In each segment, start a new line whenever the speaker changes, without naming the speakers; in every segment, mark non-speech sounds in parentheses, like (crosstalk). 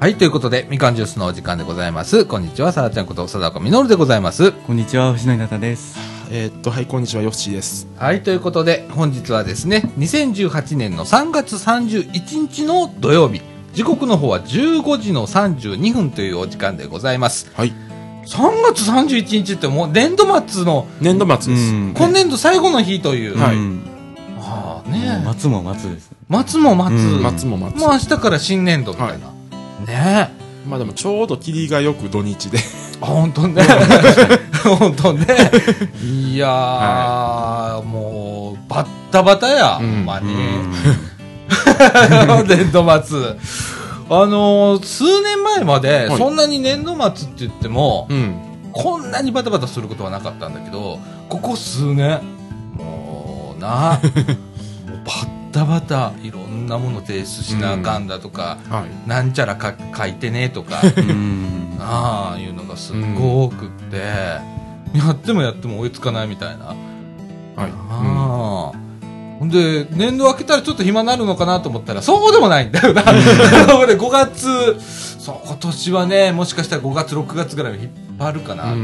はい、ということで、みかんジュースのお時間でございます。こんにちは、さらちゃんこと、貞だみのるでございます。
こんにちは、星野稲田です。
えーっと、はい、こんにちは、ヨッシーです。
はい、ということで、本日はですね、2018年の3月31日の土曜日、時刻の方は15時の32分というお時間でございます。
はい。
3月31日ってもう年度末の、
年度末です。
うん
今年度最後の日という。
はい
うん
ああ、
もう
ね
松も松です。
松も松。
うん
松も松。
もう明日から新年度みたいな。ねえ。
まあでも、ちょうど霧がよく土日で。
あ、本当ね。 (laughs) 本当ね。いやー、もう、バッタバタや、ほ
うん
んまに。
う
(laughs) 年度末。あのー数年前まで、
はい
そんなに年度末って言っても、
うん。
こんなにバタバタすることはなかったんだけど、ここ数年、もうな、もうバッタバタ、いろんなもの提出しなあかんだとか、
はい。
なんちゃらか書いてねとか、
ん
なあいうのがすっごくって、やってもやっても追いつかないみたいな、
は
ああほんで年度明けたらちょっと暇になるのかなと思ったらそうでもないんだよな (laughs) 俺5月そう今年はねもしかしたら5月6月ぐらいは引っ張るかなっ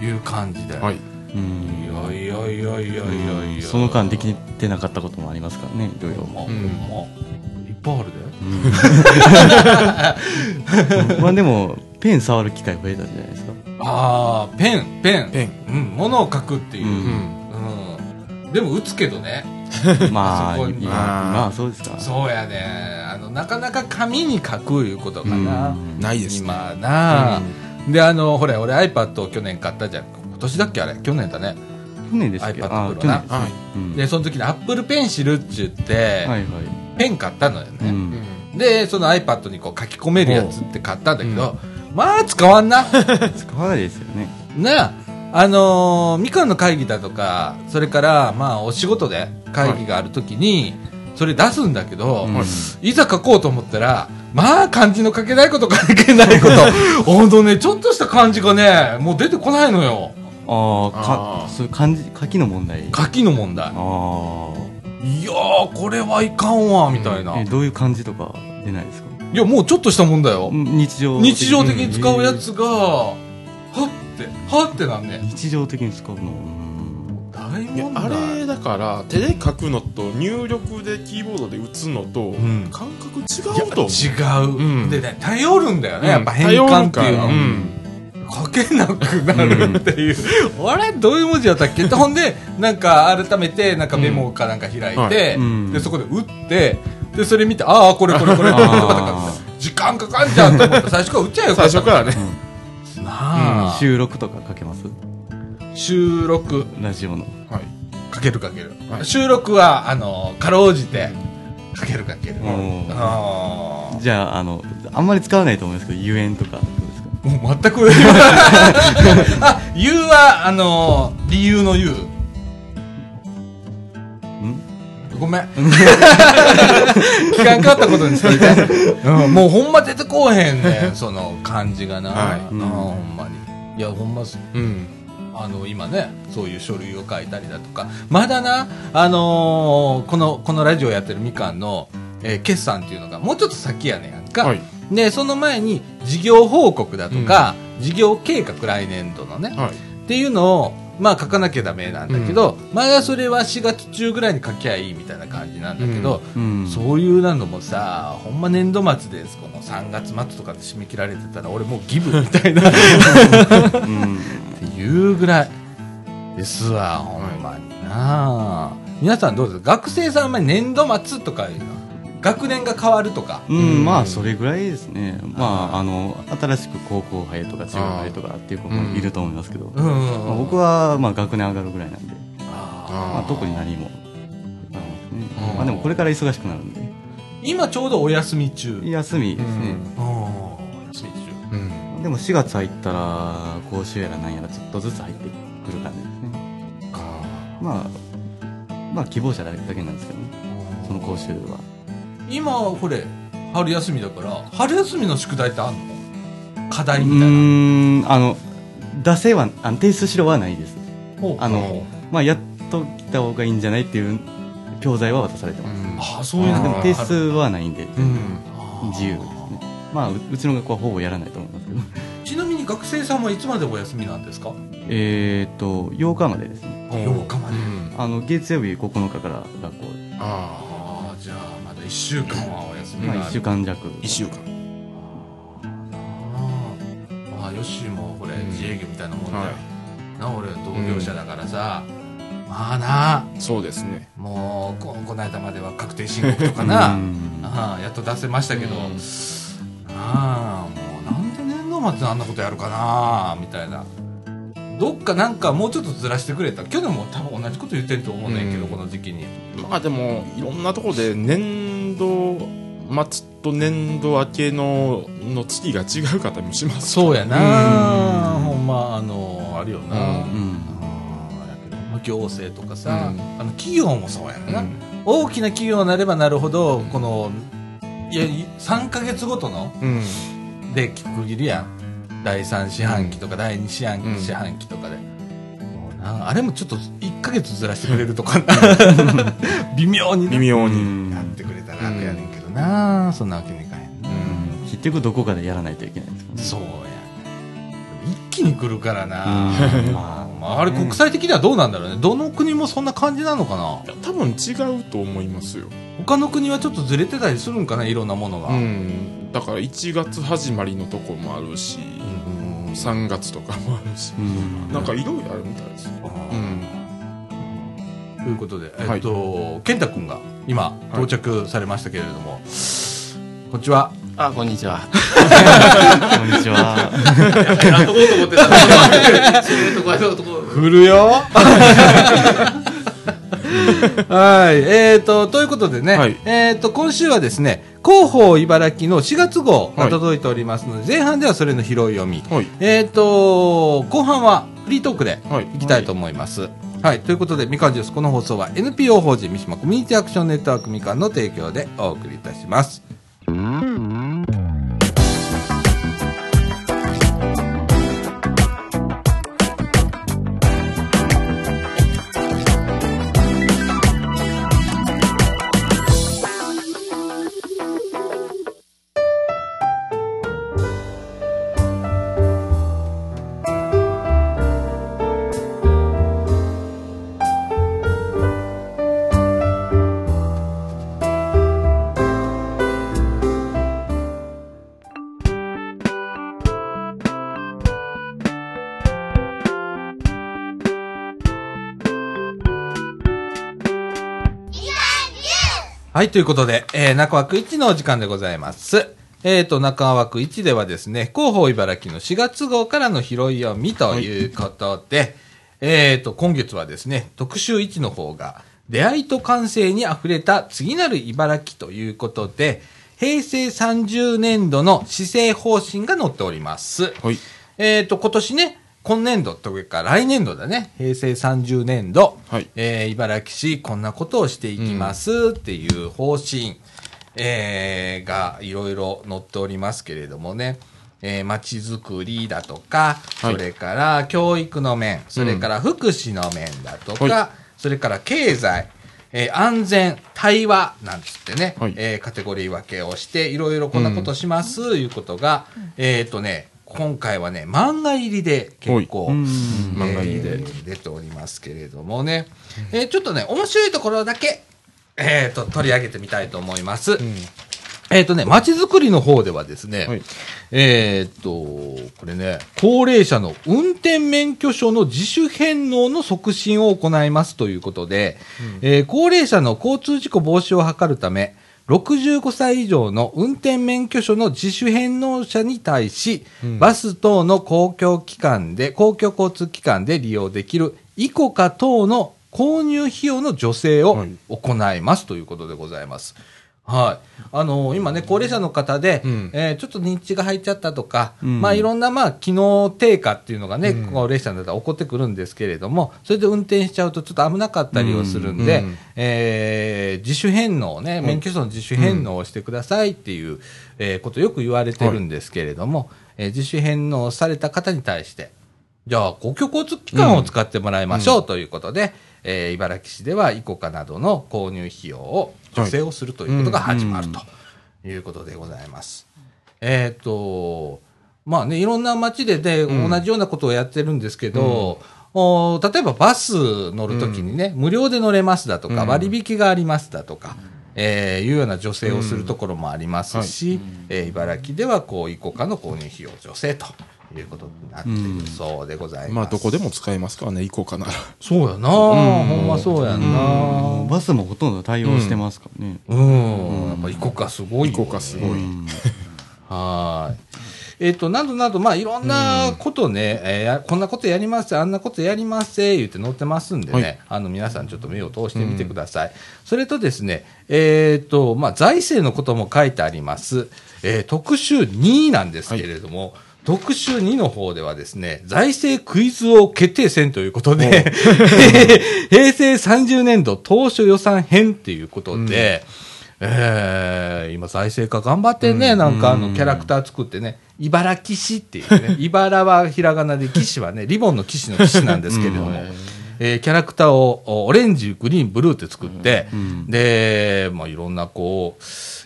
ていう感じで、
い。はい。
うん
い、やいやいやいやいやいや
その間できてなかったこともありますからね、いろいろ。
もう、
うん
もういっぱいあるで
(laughs) まあでも、ペン触る機会増えたんじゃないですか。
ああペンペン
ペン。
うん物を書くっていう、
う
うんん。
うん、でも打つけどね
(laughs) まあ、
あそこに
今
あー
まあそうですか。
そうやねあのなかなか紙に書くいうことかな、
うん
ないですね。
今なあ、であのほれ俺 iPad を去年買ったじゃん今年だっけあれ去年だね
去年ですけど、
iPad
あ
Pro
去年ですね
はい。
うん
でその時に Apple Pencil って言って、
はいは
ペン買ったのよ
い。う
ね、
うんん。
でその iPad にこう書き込めるやつって買ったんだけど、まあ使わんな
使わないですよね。
なああのーみかんの会議だとかそれからまあお仕事で会議がある時に、それ出すんだけど、
うん
いざ書こうと思ったら、まあ漢字の書けないこと書けないこと。
(laughs)
ほんとね、ちょっとした漢字がね、もう出てこないのよ。
ああ、
あー
か、そういう漢字、書きの問題。あ
書きの問題。
あ。
いやー、これはいかんわ、みたいな。
え、
い
どういう漢字とか出ないですか
や、もうちょっとしたもんだよ。
日常的に
日常的に使うやつが、はって、はってなんね。
日常的に使うのうん
大
いや
問
あ
題。
れだから手で書くのと入力でキーボードで打つのと、
ん
感覚
いや
違うと思う
違う、
うん
でね、頼るんだよね、やっぱ変
頼
換
る
って
から
いうの。
うん
書けなくなるっていう、 (laughs) あれどういう文字だったっけってほんでなんか改めてなんかメモかなんか開いて、
うんはい
うん
でそこで打ってでそれ見てああこれこれこれこれこれこれ
あ
時間かかんじゃんと思って最初から打っちゃえよ
最初からね
らな (laughs) あ、
収録とか書けます
収録
ラジオの
はい
かけるかける、
はい
収録はあのかろうじてかけるかける、
おー
ああ
じゃああのあんまり使わないと思うんですけど遊園とかどうですか
もう
(laughs)
全くあ言うはあの理由の言うんご
(laughs)
めん。期間かかったことにしといて。
(laughs)
うんもうほんま出てこうへんねん、その感じがな。
はい
うんほんまに。いや、ほんま、
うん
あの、今ね、そういう書類を書いたりだとか、まだな、あのーこの、このラジオやってるみかんの、えー決算っていうのが、もうちょっと先やねんやんか。
はい
で、その前に、事業報告だとか、事業計画来年度のね、
は
っ
い
ていうのを、まあ、書かなきゃダメなんだけど、まだそれは4月中ぐらいに書きゃいいみたいな感じなんだけど、 (laughs)
うん
そういうなのもさほんま年度末ですこの3月末とかで締め切られてたら俺もうギブみたいな (laughs) っ
うん
ていうぐらいですわほんまにな、皆さんどうですか学生さんは年度末とかいうの学年が変わるとか
うんま
う
あ
ん
それぐらいですねまああの新しく高校生とか中学生とかっていう子もいると思いますけど
うん、
まあ僕はまあ学年上がるぐらいなんで
あー
まあ特に何もあのね
うん
まあでもこれから忙しくなるんで
今ちょうどお休み中うん
休みですね
お休み中
うん
でも4月入ったら講習やらなんやらちょっとずつ入ってくる感じですね
か
まあまあ希望者だけなんですけどねその講習は
今これ春休みだから春休みの宿題ってあんの課題
う
みたいな
ーんあの惰性はあの提出しろはないです
ほう
あのまあやっときた方がいいんじゃないっていう教材は渡されてます、
ん
ああそういうの
で
が
も
ある
提出はないんで
うん
自由ですねまあううちの学校はほぼやらないと思いますけど
ちなみに学生さんはいつまでお休みなんですか
えーっと8日までですね
8日まで
うん
あの月曜日9日から学校
あ
ああじゃあまだ1週間はお休み
まあ
があ
1週
る
間弱
あ1週間
あーまあヨッシーもこれ
うん
自営業みたいなもんだよ、
は
な俺同業者だからさ、まあな
そうですね
もうここの間までは確定申告とかな、
うん
ああやっと出せましたけど、
うん
ああもうなんで年度末にあんなことやるかなみたいなどっかなんかもうちょっとずらしてくれた去年も多分同じこと言ってると思うねんけど、
うん
この時期に
まあでもいろんなところで年度末と年度明けのの月が違う方もします
そうや
な
ほんまあのあるよ
な
うん
行政とかさ、
うん
あの企業もそうやん
う
な、
ん
大きな企業になればなるほどこのいや3ヶ月ごとの
うん
で区切りやん第3四半期とか第2四半期,、
うん
四半期とかで、もうなあれもちょっと1ヶ月ずらしてくれるとか (laughs) 微妙に
微
ね
妙
う
に
ん
やってくれたら楽やねんけどな、そんなわけにいかへんな、
結局どこかでやらないといけないですからね
そうや一気に来るからな、
うんま
まあ、あれ国際的にはどうなんだろうねどの国もそんな感じなのかない
や多分違うと思いますよ、
他の国はちょっとずれてたりするんかないろんなものが、
うん、だから1月始まりのとこもあるし、3月とかもあるし
う、ん
なんかいろいろあるみたいですよ、
ということで、
は
え
い
っと、健太くんが今到着されましたけれども、こんにちは。
あ、こんにちは。
こんにちは
あ、とこうと思ってた。そういうとこはそういうとこ。
振るよはい。えっ、と、ということでね、
はい
えっ、と、今週はですね、広報茨城の4月号が届いておりますので、前半ではそれの拾い読み、
はい
えっ、と、後半はフリートークで
はい
いきたいと思います。はい、ということで、みかんジュース、この放送は NPO 法人三島コミュニティアクションネットワークみかんの提供でお送りいたします。はい、ということで、えー、中枠1のお時間でございます。えーと、中枠1ではですね、広報茨城の4月号からの拾い読みということで、えーと、今月はですね、特集1の方が、出会いと感性に溢れた次なる茨城ということで、平成30年度の施政方針が載っております。
はい
えーと、今年ね、今年度というか来年度だね、平成30年度、
はい
えー茨城市こんなことをしていきますっていう方針、えーがいろいろ載っておりますけれどもね、えー、街づくりだとか、
はい
それから教育の面、それから福祉の面だとか、
はい
それから経済、えー安全、対話なんつってね、
はい
えーカテゴリー分けをして、いろいろこんなことします、いうことが、えっ、とね、今回はね、漫画入りで結構、
うん
漫画入りで
えー出ておりますけれどもね、えーちょっとね、面白いところだけ、えーと、取り上げてみたいと思います。えっ、とね、街づくりの方ではですね、
はい
えっ、と、これね、高齢者の運転免許証の自主返納の促進を行いますということで、えー高齢者の交通事故防止を図るため、65歳以上の運転免許証の自主返納者に対し、バス等の公共機関で、公共交通機関で利用できる、イコカ等の購入費用の助成を行いますということでございます。はい。あのー今ね、高齢者の方で、
うん
えーちょっと認知が入っちゃったとか、
うん
まあいろんな、まあ、機能低下っていうのがね、
うん
高齢者だったら起こってくるんですけれども、それで運転しちゃうとちょっと危なかったりをするんで、
うんうん
えー自主返納ね、免許証の自主返納をしてくださいっていう、えーことよく言われてるんですけれども、えー自主返納された方に対して、じゃあ、公共交通機関を使ってもらいましょうということで、えー茨城市では、イコカなどの購入費用を助成をするということが始まるということでございます。えーっと、まあね、いろんな街でで、
うん
同じようなことをやってるんですけど、お例えばバス乗るときにね、無料で乗れますだとか、
うん
割引がありますだとか、えーいうような助成をするところもありますし、えー茨城ではこう、イコカの購入費用助成ということになっているそうでございます。
まあどこでも使えますからね、行こうかなら。
そうやな、ほんまそうや
もう
な。
バスもほとんど対応してますからね。
うん、やっぱイコカすごい、
イコカすごい
うん
はーい。えっと、などなど、まあ、いろんなことね、えーやこんなことやりますあんなことやります言って載ってますんでね、
はい
あの、皆さんちょっと目を通してみてください。それとですね、えっと、まあ、財政のことも書いてあります。えー特集2なんですけれども、特集2の方ではですね、財政クイズ王決定戦ということで、 (laughs) 平成30年度当初予算編っていうことで、えー今財政課頑張ってね、なんかあのキャラクター作ってね、茨城市っていう (laughs) ね、茨はひらがなで、騎士はね、リボンの騎士の騎士なんですけれども、えーキャラクターをおオレンジ、グリーン、ブルーって作って、で、まあ、いろんなこう、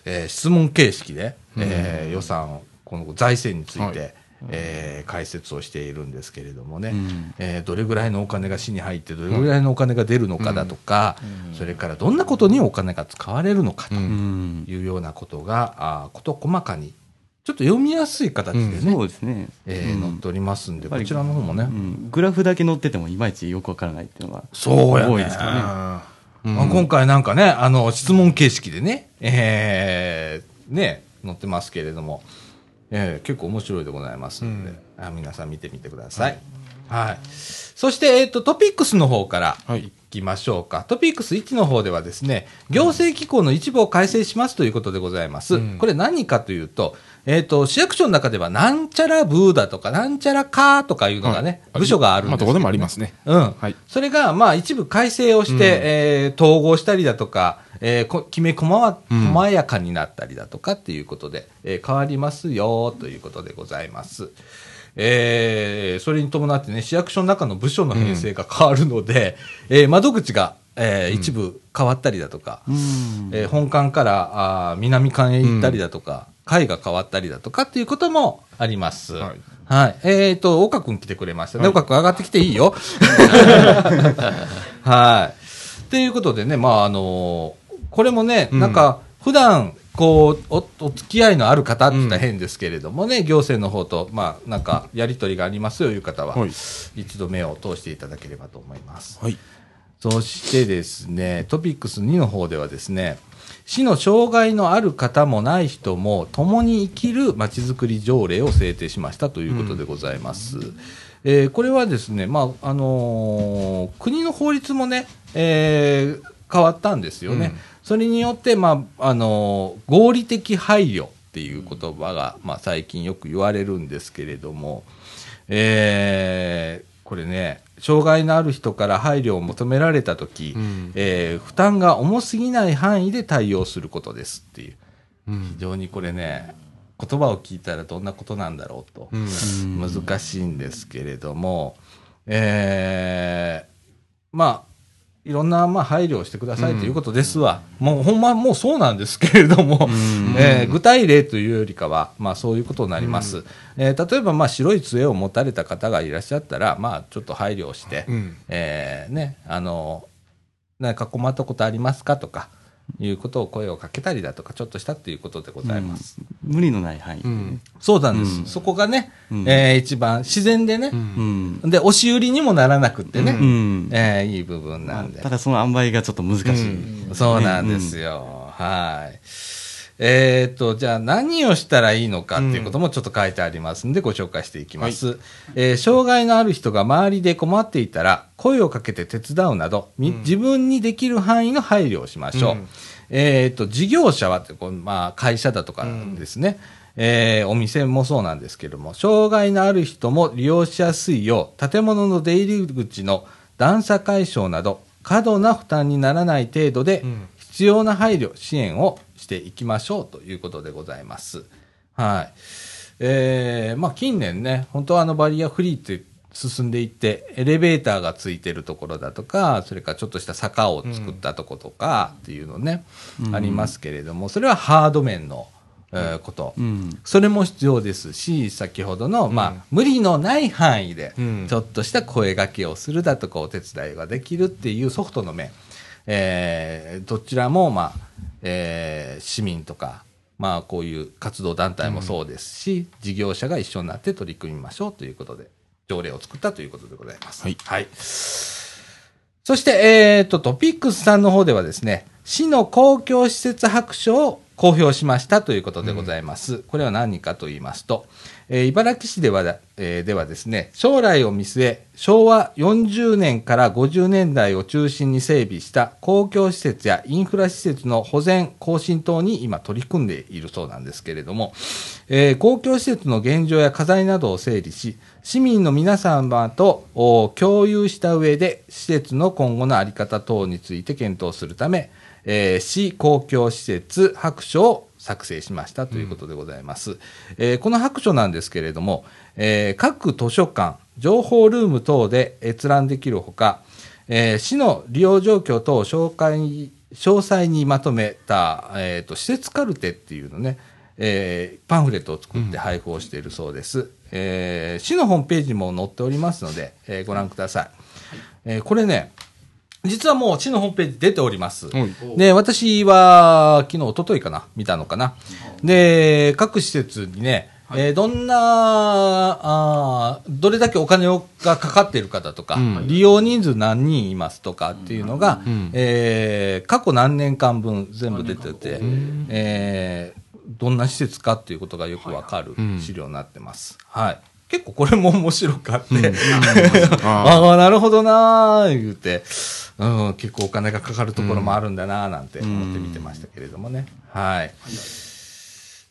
えー質問形式で、えー予算を、この財政について、
はい
えー解説をしているんですけれどもね、
ん
えーどれぐらいのお金が市に入ってどれぐらいのお金が出るのかだとか、それからどんなことにお金が使われるのかと
う
うん
いうようなことが、あーこと細かにちょっと読みやすい形でね、
そうですね。
えー載っておりますんで、
ぱ
こ
り
ちらの方もね、
うんグラフだけ載っててもいまいちよくわからないっていうのが
そうやね
多いですからね。
まあ、今回なんかねあの質問形式でね,、えーね載ってますけれども、えー結構面白いでございますので、あ皆さん見てみてください。はいそして、えっとトピックスの方から
はい。
いきましょうか。トピックス1の方ではですね、行政機構の一部を改正しますということでございます。
うん
これ何かというと、えっ、と、市役所の中では、なんちゃらブーだとか、なんちゃらかとかいうのがね、
はい
部署があるんで
ま
す
あ
け
ど
ど
こでもありますね。
うん
はい
それが、まあ、一部改正をして、えー統合したりだとか、えーこきめ細わ
うん
細やかになったりだとかっていうことで、えー変わりますよということでございます。えーそれに伴ってね、市役所の中の部署の編成が変わるので、えー窓口が、えー一部変わったりだとか、
うん
えー本館からあー南館へ行ったりだとか、会が変わったりだとかっていうこともあります。は
はいい。
えっ、と、岡くん来てくれましたね。岡くん上がってきていい
(laughs)
よ。はい。っていうことでね、まあ、あのーこれもね、
うん
なんか、普段、こう、お、お付き合いのある方って言ったら変ですけれどもね、行政の方と、まあ、なんか、やりとりがありますよ、いう方は、
はい
一度目を通していただければと思います。
はい。
そしてですね、トピックス2の方ではですね、市の障害のある方もない人も共に生きるまちづくり条例を制定しましたということでございます。えーこれはですね、まああのー国の法律もね、えー変わったんですよね。
うん
それによって、まああのー合理的配慮っていう言葉が、まあ、最近よく言われるんですけれども、えーこれね障害のある人から配慮を求められた時、
うん
えー負担が重すぎない範囲で対応することですっていう
うん
非。常にこれね言葉を聞いたらどんなことなんだろうと、
うん
難しいんですけれども、えーまあいろんなまあ配慮をしてくださいということですわ、もうほんまもうそうなんですけれども、えー具体例というよりかは、まあ、そういうことになります、えー例えばまあ白い杖を持たれた方がいらっしゃったら、まあ、ちょっと配慮をして、
うん
えーねあの何か困ったことありますかとかいうことを声をかけたりだとかちょっとしたということでございます。
無理のない範囲で
う
ね。
ん
そうなんです。
うん
そこがね、
うん
えー一番自然でね、
ん
うん
で、押し売りにもならなくってね、
うん
えーいい部分なんで
た。だその塩梅がちょっと難しい。
そうなんですよ。はい。えー、と、じゃあ何をしたらいいのかっていうこともちょっと書いてありますんでご紹介していきます。えー障害のある人が周りで困っていたら、声をかけて手伝うなど、み自分にできる範囲の配慮をしましょう。
うん
えー、と、事業者はって、こうまあ、会社だとかですね。えーお店もそうなんですけども、障害のある人も利用しやすいよう、建物の出入り口の段差解消など、過度な負担にならない程度で
うん、
必要な配慮、支援をしていきましょうということでございます。はい。えーまあ近年ね、本当はあのバリアフリーって進んでいって、エレベーターがついてるところだとか、それからちょっとした坂を作ったとことかっていうのね、ありますけれども、それはハード面のえーこと、
うん
それも必要ですし先ほどの、まあ、無理のない範囲で
うん
ちょっとした声掛けをするだとかお手伝いができるっていうソフトの面、えーどちらも、まあえー市民とか、まあ、こういう活動団体もそうですし、事業者が一緒になって取り組みましょうということで条例を作ったということでございます。
はい
そして、えっ、と、トピックスさんの方ではですね、市の公共施設白書を公表しましたということでございます。これは何かと言いますと、えー茨城市ではだ、えーではですね、将来を見据え、昭和40年から50年代を中心に整備した公共施設やインフラ施設の保全、更新等に今取り組んでいるそうなんですけれども、えー公共施設の現状や課題などを整理し、市民の皆様とお共有した上で、施設の今後のあり方等について検討するため、えー市公共施設白書を作成しましたということでございます。えーこの白書なんですけれども、えー各図書館、情報ルーム等で閲覧できるほか、えー市の利用状況等を紹介詳細にまとめた、えーと施設カルテっていうのね、えーパンフレットを作って配布をしているそうです、えー市のホームページにも載っておりますので、えーご覧ください、えーこれね実はもう市のホームページ出ております、
はい
で、私は昨日、一昨日かな、見たのかな。で、各施設にね、えーどんなあー、どれだけお金をがかかっているかだとか、
うん
利用人数何人いますとかっていうのが、
ん
えー過去何年間分全部出てて、
ん
えーどんな施設かっていうことがよくわかる
うん
資料になってます。はい。結構これも面白かって、 (laughs)
あ
ああ、なるほどなー、言うて、うん、結構お金がかかるところもあるんだなー、なんて思って見てましたけれどもね。はい。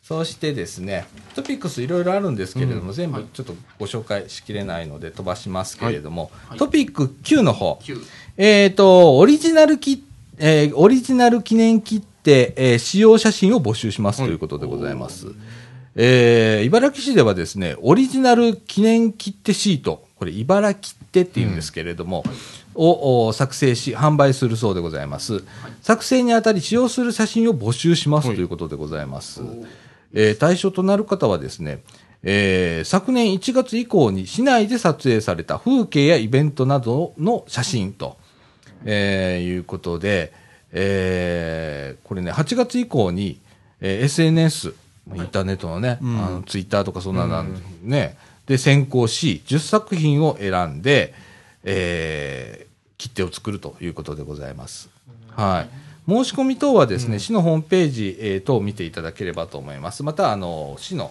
そしてですね、トピックスいろいろあるんですけれども、全部ちょっとご紹介しきれないので飛ばしますけれども、
はい
トピック9の方、
9
えっ、と、オリジナルキ、えーオリジナル記念切手、えー使用写真を募集しますということでございます。えー茨城市ではですね、オリジナル記念切手シート、これ、茨切手っていうんですけれども、をお作成し、販売するそうでございます。作成にあたり、使用する写真を募集しますということでございます。えー対象となる方はですね、えー昨年1月以降に市内で撮影された風景やイベントなどの写真と、えーいうことで、えーこれね、8月以降に、えー SNS、インターネットのね、あのツイッターとかそんなのね、で選考し、10作品を選んで、えー切手を作るということでございます。はい。申し込み等はですね、市のホームページ、えー等を見ていただければと思います。また、あの、市の、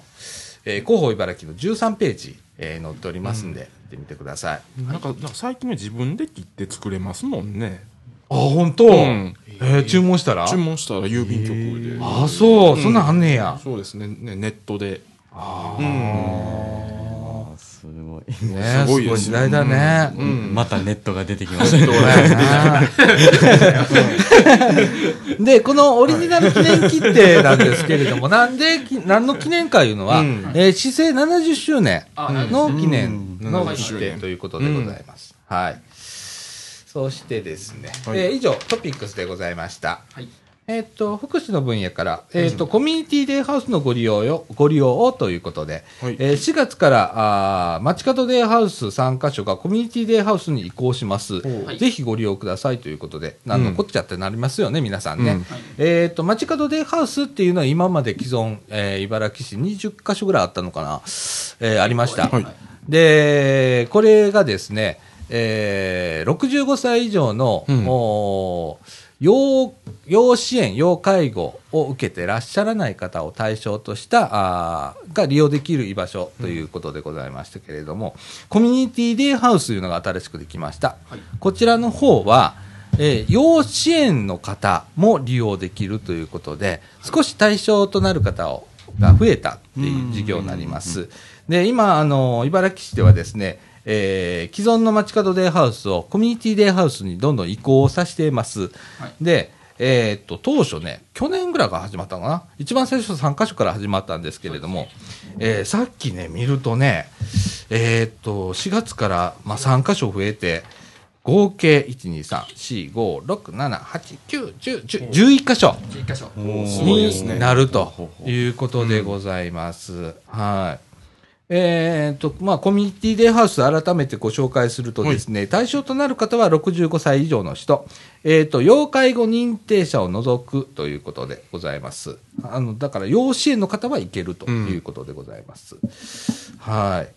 えー広報茨城の13ページ、えー載っておりますんで、見てみてください。
ーなんかなんか最近は自分で切って作れますもんね
あ、本当、
うん
えー注文したら
注文したら郵便局で
あ、そう、そんなんあんねや。
そうですねねネットで
あ
あーすごい、
ーね
す
すご
ご
い
いですね
時代だね。
うん
またネットが出てき
(laughs)
まし
そ
た
うだよな
(laughs)
で、このオリジナル記念切手なんですけれども、なんでき、何の記念かいうのは、
うん
えー市政70周年
あ70
の記念
うん
の
70
切
周
手
年
ということでございます。はい。そしてですね、
はい
えー以上、トピックスでございました。
はい
えっと福祉の分野から、えっとコミュニティデイハウスのご利用よご利用をということで、
はい
えー4月からあー街角デイハウス3カ所がコミュニティデイハウスに移行します、
はい
ぜひご利用くださいということで、なんのこっちゃってなりますよね、皆さんね。
うんはい
えっと街角デイハウスっていうのは、今まで既存、えー茨城市20カ所ぐらいあったのかな、えーありました。
はい
で、これがですね、えー65歳以上の、
うん
おー要要支援、要介護を受けてらっしゃらない方を対象としたあーが利用できる居場所ということでございましたけれども、コミュニティデイハウスというのが新しくできました。
はい
こちらの方は、えー要支援の方も利用できるということで、少し対象となる方をが増えたっていう事業になります。で、今、あの、茨城市ではですね、えー既存の街角デイハウスをコミュニティデイハウスにどんどん移行させています。
はい
で、えーっと、当初ね、去年ぐらいから始まったのかな一番最初3カ所から始まったんですけれども、えーさっきね、見るとね、えーっと、4月から、まあ、3カ所増えて、合計1234567891011箇所
一箇所。
すごいです
に
ね。
なるということでございます。はい。えーっと、まあ、コミュニティデイハウス改めてご紹介するとですね、対象となる方は65歳以上の人、えーっと、要介護認定者を除くということでございます。あの、だから、要支援の方はいけるということでございます。はい。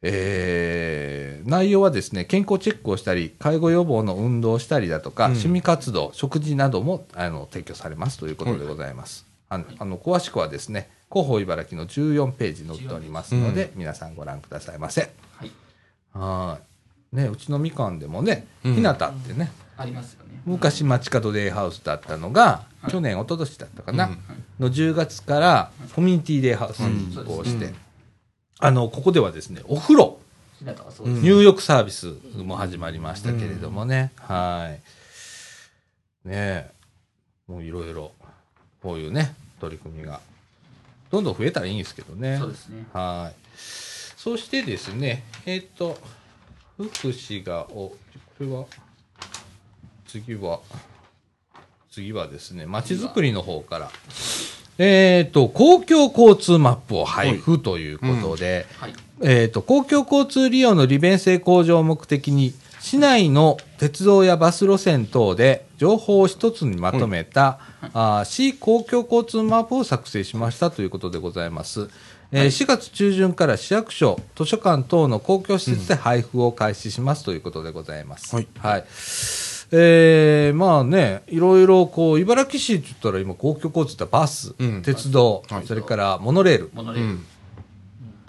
えー内容はですね、健康チェックをしたり、介護予防の運動をしたりだとか、趣味活動、食事などもあの提供されますということでございます。あのあの詳しくはですね、広報茨城の14ページに載っておりますので、皆さんご覧くださいませ。
はい。
はい。ね、うちのみかんでもね、ひなたってね、
ありますよね。
昔街角デイハウスだったのが、去年、一昨年だったかな、の10月からコミュニティデイハウスに移行して、あの、ここではですね、お風呂、
日向はそうです。
入浴サービスも始まりましたけれどもね、はい。ねえ、もういろいろ、こういうね、取り組みが、どんどん増えたらいいんですけどね。
そうですね。
はい。そしてですね、えっ、と、福祉が、お、これは、次は、次はですね、まちづくりの方から、えっ、と、公共交通マップを配布ということで、
はい。
えー、と公共交通利用の利便性向上を目的に市内の鉄道やバス路線等で情報を一つにまとめた、あー市公共交通マップを作成しましたということでございます、えー4月中旬から市役所図書館等の公共施設で配布を開始しますということでございます、
はい
はいえーまあね、いろいろこう茨城市って言ったら今公共交通ってバス、
うん
鉄道、
はい
それからモノレール
モノ
う
レール
ん。。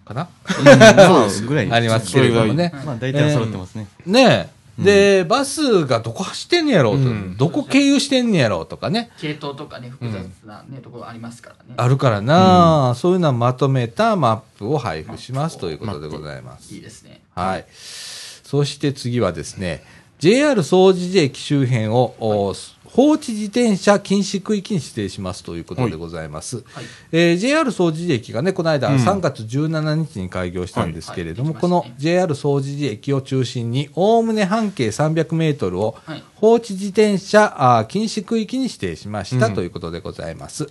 かな、
まあぐら
(laughs)
い
ありますけれどもね、
まあ大体は揃ってますね。
ねえ。で、バスがどこ走ってんねやろうと、
うん
どこ経由してんねやろうとかね、
系統とかね、複雑なね、ところありますからね。
あるからな、そういうのはまとめたマップを配布しますということでございます
いい。ですね。
はい。そして次はですね、JR 総除寺駅周辺を、お放置自転車禁止区域に指定しますということでございます。
はい。
えー JR 総除寺駅がね、この間、
うん
3月17日に開業したんですけれども、
はい
この
はい
JR 総除寺駅を中心に、おおむね半径300メートルを
はい
放置自転車あー禁止区域に指定しました、ということでございます、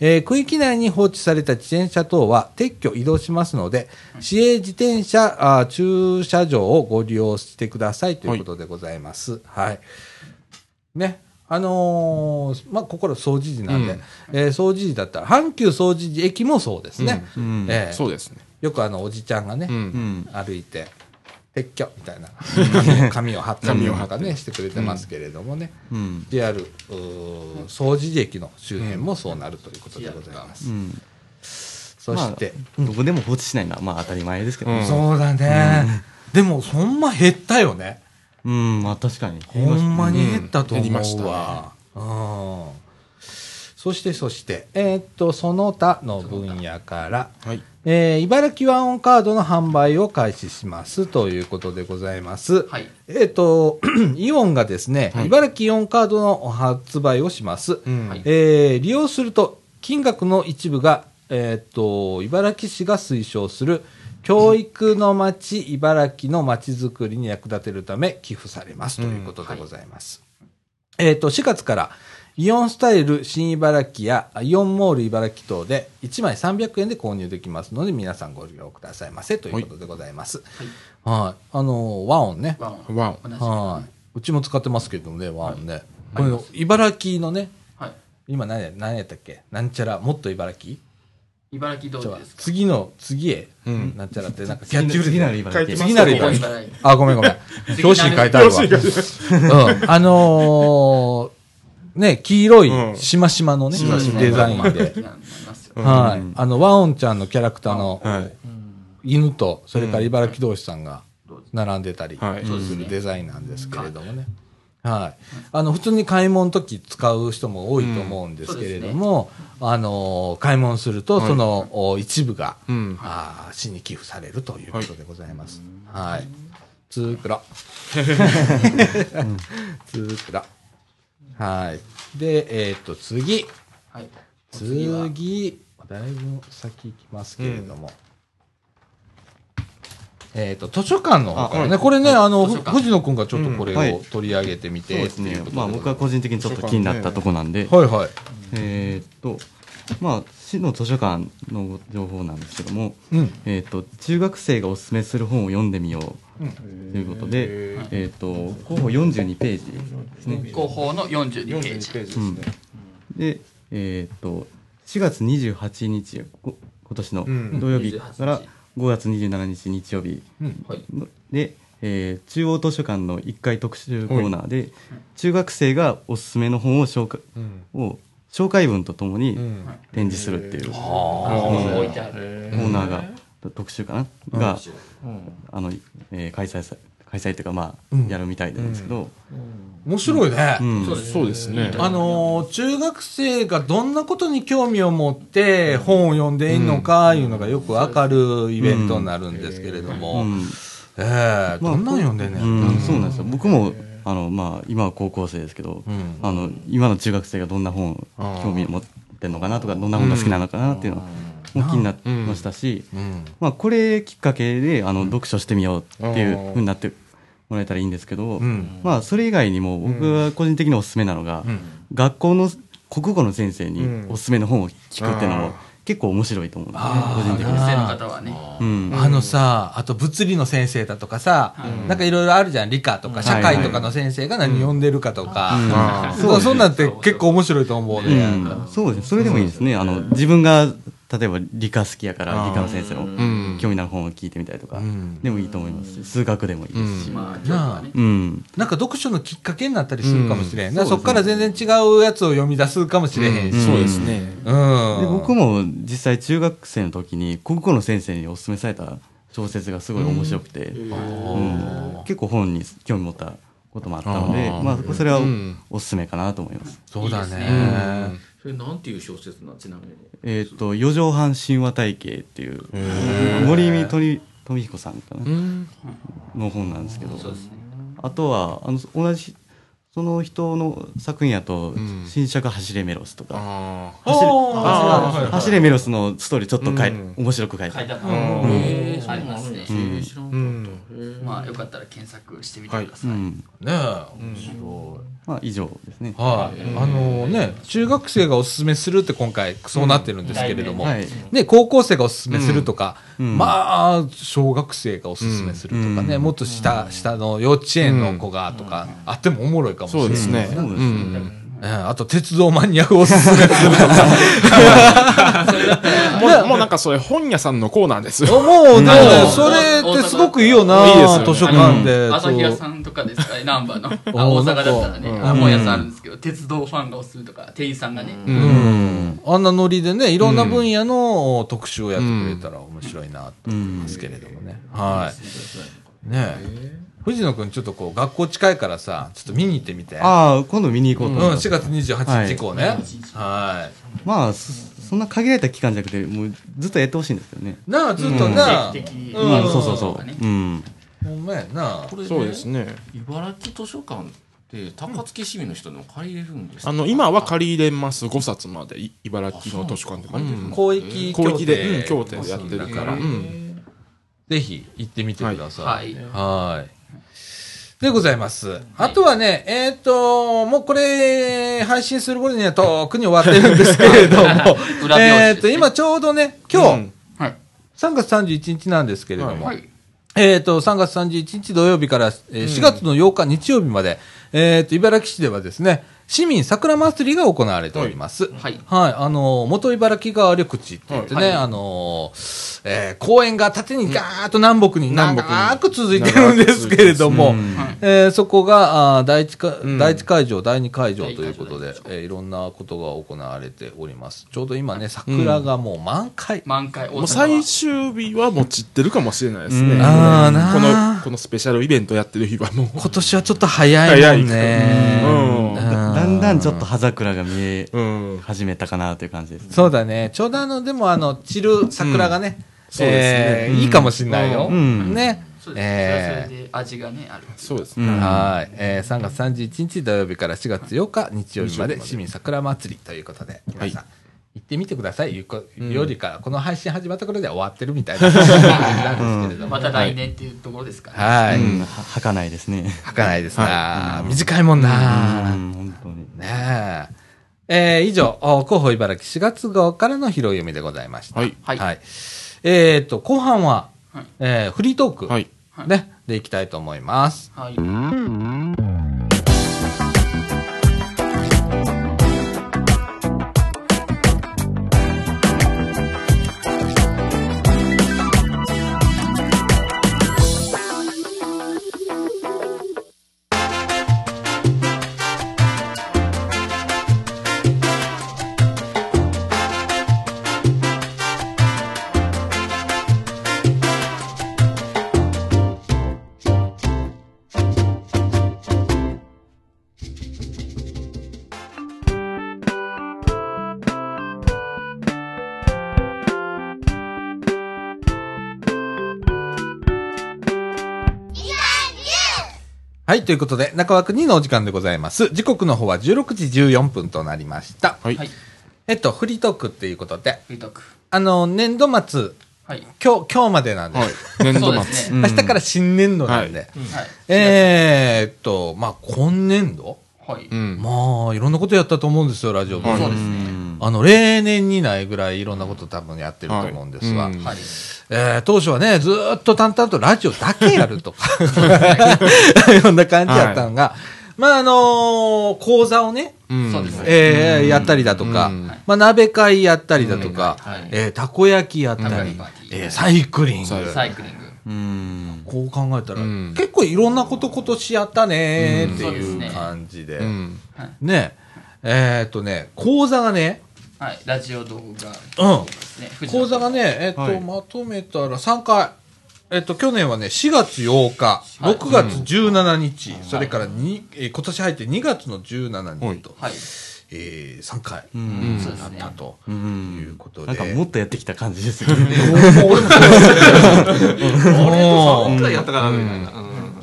えー区域内に放置された自転車等は撤去、移動しますので、市営自転車あー駐車場をご利用してくださいということでございます。はいね。あのーまあ、ここら総除寺なんで、
うん
えー総除寺だったら、阪急総除寺駅もそうですね。
うん
えー
そうですね。
よくあの、おじちゃんがね、
うん
うん。
歩いて、撤去みたい
(laughs)
な、紙を貼ったり
紙
と
を貼って
かね、してくれてますけれどもね、
うん。
JR うー総除寺駅の周辺もそうなるということでございます。
うん。
そして、
まあどこでも放置しないのはまあ当たり前ですけどね。
そうだね、でも、そんな減ったよね。
うん、まあ確かに。
ほんまに減ったと
うん減りま
思
し
う
た
わ。うんそしてそして、えーっと、その他の分野から、
はい。
えー茨城ワンオンカードの販売を開始しますということでございます。
はい。
えーっと、 (clears throat) イオンがですね、茨城イオンカードの発売をします。
うん
はい
えー利用すると金額の一部が、えー、と茨城市が推奨する教育の街、茨城の街づくりに役立てるため寄付されますということでございます。えー、と4月からイオンスタイル新茨城やイオンモール茨城等で1枚300円で購入できますので皆さんご利用くださいませということでございます。はい、あのーワオンね、
ワン。
ワン
同じ。
はい、うちも使ってますけどね、ワオンね。これの茨城のね
はい。
今何や何やったっけなんちゃらもっと茨城
茨城
ち
ど
ょ
うですか
次の次へ、
うん
なんちゃらってなんかキ
次
ャッ
の
チフレーズ
次なる
次な
茨城
書いてま
る
す
茨城あごめんごめん
次
表紙に書いてあるわ
表紙に書いて
うん、あのーね黄色
うん
いしましまのね、
しましま
デザインで、
茨城なんて思いますよ
うん
はい、
うん
あのワオンちゃんのキャラクターの
はい。
犬とそれから茨城同士さんが並んでたり
はい
そうです
す
ね
るデザインなんですけれどもね、はい、あの普通に買い物の時使う人も多いと思うんですけれども、あのー買い物するとその、お一部が、
うん。
あー市に寄付されるということでございます。はい。つー (laughs) くら。つーくら。はい。で、えっ、と、次。
はい。次は、
次、だいぶ先行きますけれども。えっ、と、図書館の方からね、
あはい
これね、あの、
図
ふ
書館
藤野くんがちょっとこれ
うんは
を
い
取り上げてみ
そう
て、
で
っ
す
てい
ね
うことで、
まあ僕は個人的にちょっと気になったとこなんで、
はいはい。
えーっとまあ市の図書館の情報なんですけども、
うん。
えーっと中学生がおすすめする本を読んでみよう
うん
ということで、えーっと候補42ページですね。
広報の42ページ
42ページですね。
で、えーっと4月28日こ今年の土曜日から5月27日日曜日
はい
ので、えー中央図書館の1階特集コーナーで中学生がおすすめの本を紹介
うん。
を紹介文とともに
うん
展示するっていうコ
あ
あー置いてある
ーナーが、特集かなが、あの、えー開催さ開催というかまあ、
ん
やるみたいなんですけど、
面白いね。
うん
そうです
そうですね。
あのー中学生がどんなことに興味を持って本を読んでいいのかいうのがよくわかるイベントになるんですけれども、
うん
ええどんなん読んでんねん。
うんそうなんですよ僕もあの、まあ、今は高校生ですけど、
ん
あの今の中学生がどんな本興味を持ってるのかなとかどんな本が好きなのかなっていうのも気になりましたし、
うん。
まあ、これきっかけであの、読書してみようっていうふうになってもらえたらいいんですけど、
うん。
まあ、それ以外にも僕は個人的におすすめなのが、
ん
学校の国語の先生に
うん
おすすめの本を聞くっていうのも結構面白いと思うんですね
あー
個人的
学
に。
生の方はね
うん
あのさ、あと物理の先生だとかさ、なんかいろいろあるじゃん。理科とか社会とかの先生が何読んでるかとか。
あ
そうそんなんって結構面白いと思う
う
ね。
ん、そうですねそれでもいいですね、あの自分が例えば理科好きやから理科の先生の興味のある本を聞いてみたりとか
ん
でもいいと思いますし数学でもいいですし、
まあ今日はね
うん
なんか読書のきっかけになったりするかもしれん。なそっから全然違うやつを読み出すかもしれへんし。
そうですね。
うん。
で僕も実際中学生の時に国語の先生におすすめされた小説がすごい面白くて、うん結構本に興味持ったこともあったので
あー
まあ、それは
うん
おすすめかなと思います。
そうだね
いいですねそれなんていう小説なんちなみに
えっ、と「四畳半神話体系」っていう森見富富彦さんかな
うん。
の本なんですけど
そうですね
あとはあの同じその人の作品やと
ん
「新釈走れメロス」とか
ああ。
走れ
あー
走れ走れメロス」のストーリーちょっとかい、
うん
面白く書いて
書
ある
いてあった
うん
へえそうなんですね
うん
知らん
うん。
まあよかったら検索してみてくださ
う
い
ん
ねえ、面白
まあ、以上ですね
い。はい。あのね、中学生がおすすめするって今回そうなってるんですけれども、
はい、
ね、高校生がおすすめするとか、
ん
まあ、小学生がおすすめするとかね、
うん
もっと下、下の幼稚園の子がとか、あってもおもろいかもしれな
そう
い。
ですね。
そうですね
うんあと、鉄道マニアがおすすめするとか。
もう、もうなんかそれ本屋さんのコーナーですよ。
もうね
う、ん
それってすごくいいよな、
いいですよね
図書館で。
朝日屋
そう
さんとかです
(laughs)
かね、ナンバーの。
お
あ大阪だったらね、
なん
か
あ
うん
本屋さんあるんですけど、鉄道ファンがおすすめとか、店員さんがね、
う。
うんん、あんなノリでね、いろんな分野の特集をやってくれたら面白いなと思いますけれどもね。はい。ねえ。藤野くん、ちょっとこう、学校近いからさ、ちょっと見に行ってみて。
ああ今度見に行こう
う
と
ん、
思います、
4月28日以降ね。はい。
まあそそんな限られた期間じゃなくてもうずっとやってほしいんですけどね、
なあ、ずっとな、
定期的に
うん
まあ、そうそうそう、
ね
うん
ほんまやな。
これね
そうですね。
茨城図書館って高槻市民の人でも借りれるんですか
あの、今は借りれます。5冊まで、い茨城の図書館で。う
あそうなんだ
ん。
広域協定
広域でうん協定でやってるから
うん
うん
ぜひ行ってみてください。
はい、
はい。でございます。あとはね、えっ、と、もうこれ、配信する頃にはとっくに終わってるんですけれども
裏表紙ですね
えっと、今ちょうどね、今日、
うん
はい。
3月31日なんですけれども、
はい。
えっ、と、3月31日土曜日から、えー4月の8日日曜日まで、えっ、と、茨城市ではですね、市民桜祭りが行われております。
はいはい
あのー、元茨城川緑地って言ってね、
はい
あのー、えー公園が縦にガーッと南北に
南北に
長く続いてるんですけれども、えーそこが、あー第一か、第一会場、第二会場ということで
第一会場第二会、
えーいろんなことが行われております。ちょうど今ね、桜がもう満開。
満開、大
もう
阪
最
は。
終日はもう散ってるかもしれないですね。
うん
あー
こ
なー
のこのこのスペシャルイベントやってる日はもう。
今年はちょっと早いもんね。
うん
う
だんだんちょっと葉桜が見え
うん。
始めたかなという感じですね
そうだね。ちょうどあの、でもあの、散る桜がね、
そうですね
えーいいかもしれないよ。
うん
ね。
そうですね。それは
え
それで味がね、ある。
そうです
う
ね。
ー
ん
はい、えー、3月31日土曜日から4月8日日曜日まで市民桜祭りということで皆さん、行ってみてくださいいうこよりか、この配信始まった頃では終わってるみたいななんですけれども。
また来年っていうところですかね。
は
う
い。
んははかないですね。
書かないですな。短いもんな。
うん本当に。
ねえ。えー以上、お広報茨城4月号からの拾い読みでございました。
はい
はい
えっ、と、後半は、
はい
えーフリートーク、
はい
ね、でいきたいと思います。
はい。
はい、ということで、中枠2のお時間でございます。時刻の方は16時14分となりました。
はい
はい。
えっと、フリートークっていうことで、
フリートーク。
あの、年度末、
はい。
今日、今日までなんで、
はい。年
そう
度
です
末。
ね。
明日から新年度なんで、
はい。
えーっと、まあ、今年度、
はい。
うん。
まあ、いろんなことやったと思うんですよ、ラジオも。
はい
そうで
う
すね。
ん
あの、例年にないぐらいいろんなこと多分やってると思うんですが、
はいうん
はい。
えー当初はね、ずーっと淡々とラジオだけやる
(laughs)
とか、いろんな感じやったのが、まあ、あのー講座をね、
うん
そうですね。
えーやったりだとか、
うん
まあ、鍋会やったりだとか、
うんはい
えーたこ焼きやった
鍋
り
パー、ティー
えーサイクリング
サイクリング
サイクリング。
うん。
こう考えたら、
うん
結構いろんなこと今年やったねーって
うんそう
い
で
う
すね
感じで、
うん。
ね、えーっとね、講座がね、
はい。ラジオ動画
うん、
ですね。藤田
講座がね、えっと、
はい
まとめたら3回。えっと、去年はね、4月8日、
はい
6月17日、それからに、えー今年入って2月の17日と、
はい。
えー、3回
うん
そうです
なっ
ね
た。と
う。
いうんことで。
なんか
も
も
う、
っとやってきた感じですよね。
俺もそう
俺と3回やったからみたいな。うん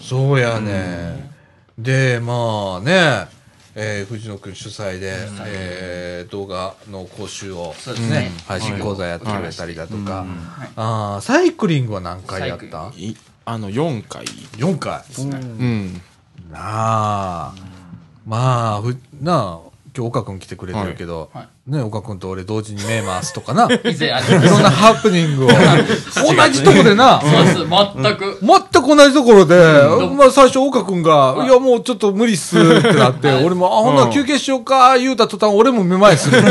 そうやね。で、まあね、えー藤野くん主催で、えー動画の講習を、
そうですね
配信講座やってくれたりだとか、
はい
あーサイクリングは何回やった
サ
いあの、4回。
?4 回。
うん。
なあ、まあ、ふなあ、今日岡君来てくれてるけど、
はいは
ね、岡君と俺同時に目回すとかな、い
以前あ
(laughs)
りま
ろん
し
なハプニン
(laughs)
グを、同じとこでな、
た。そうです。全く。
全く同じところで、
ん
まあ最初岡君が、
い
いやもうちょっと無理っすってなって、俺も、あ、ほんなら休憩しようか、言うた途端俺もめまいする。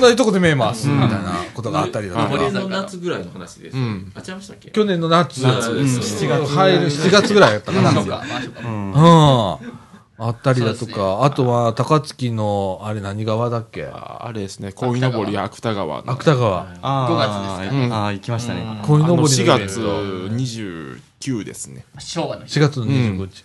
同じとこで目回す、みたいなことがあったりだと
去
か
年。の夏ぐらいの話です。
ん
あ、違いましたっけ
去年の夏、
夏
うん
7
月
入る7月ぐらいやったかな。
まあそうか。まあそう
う
か
ん。あったりだ
そ
と
うで
か、
すね
あとは高槻の、あれ何川だっけ
ああれですね、鯉のぼり、芥川の。
芥川。
あ
5月です
ー
か
あー、行きましたね。
鯉
あ
の
の
ぼりのイ
4
ベン
月
ト。
29ですね。
昭和の
4
日。
月の25日。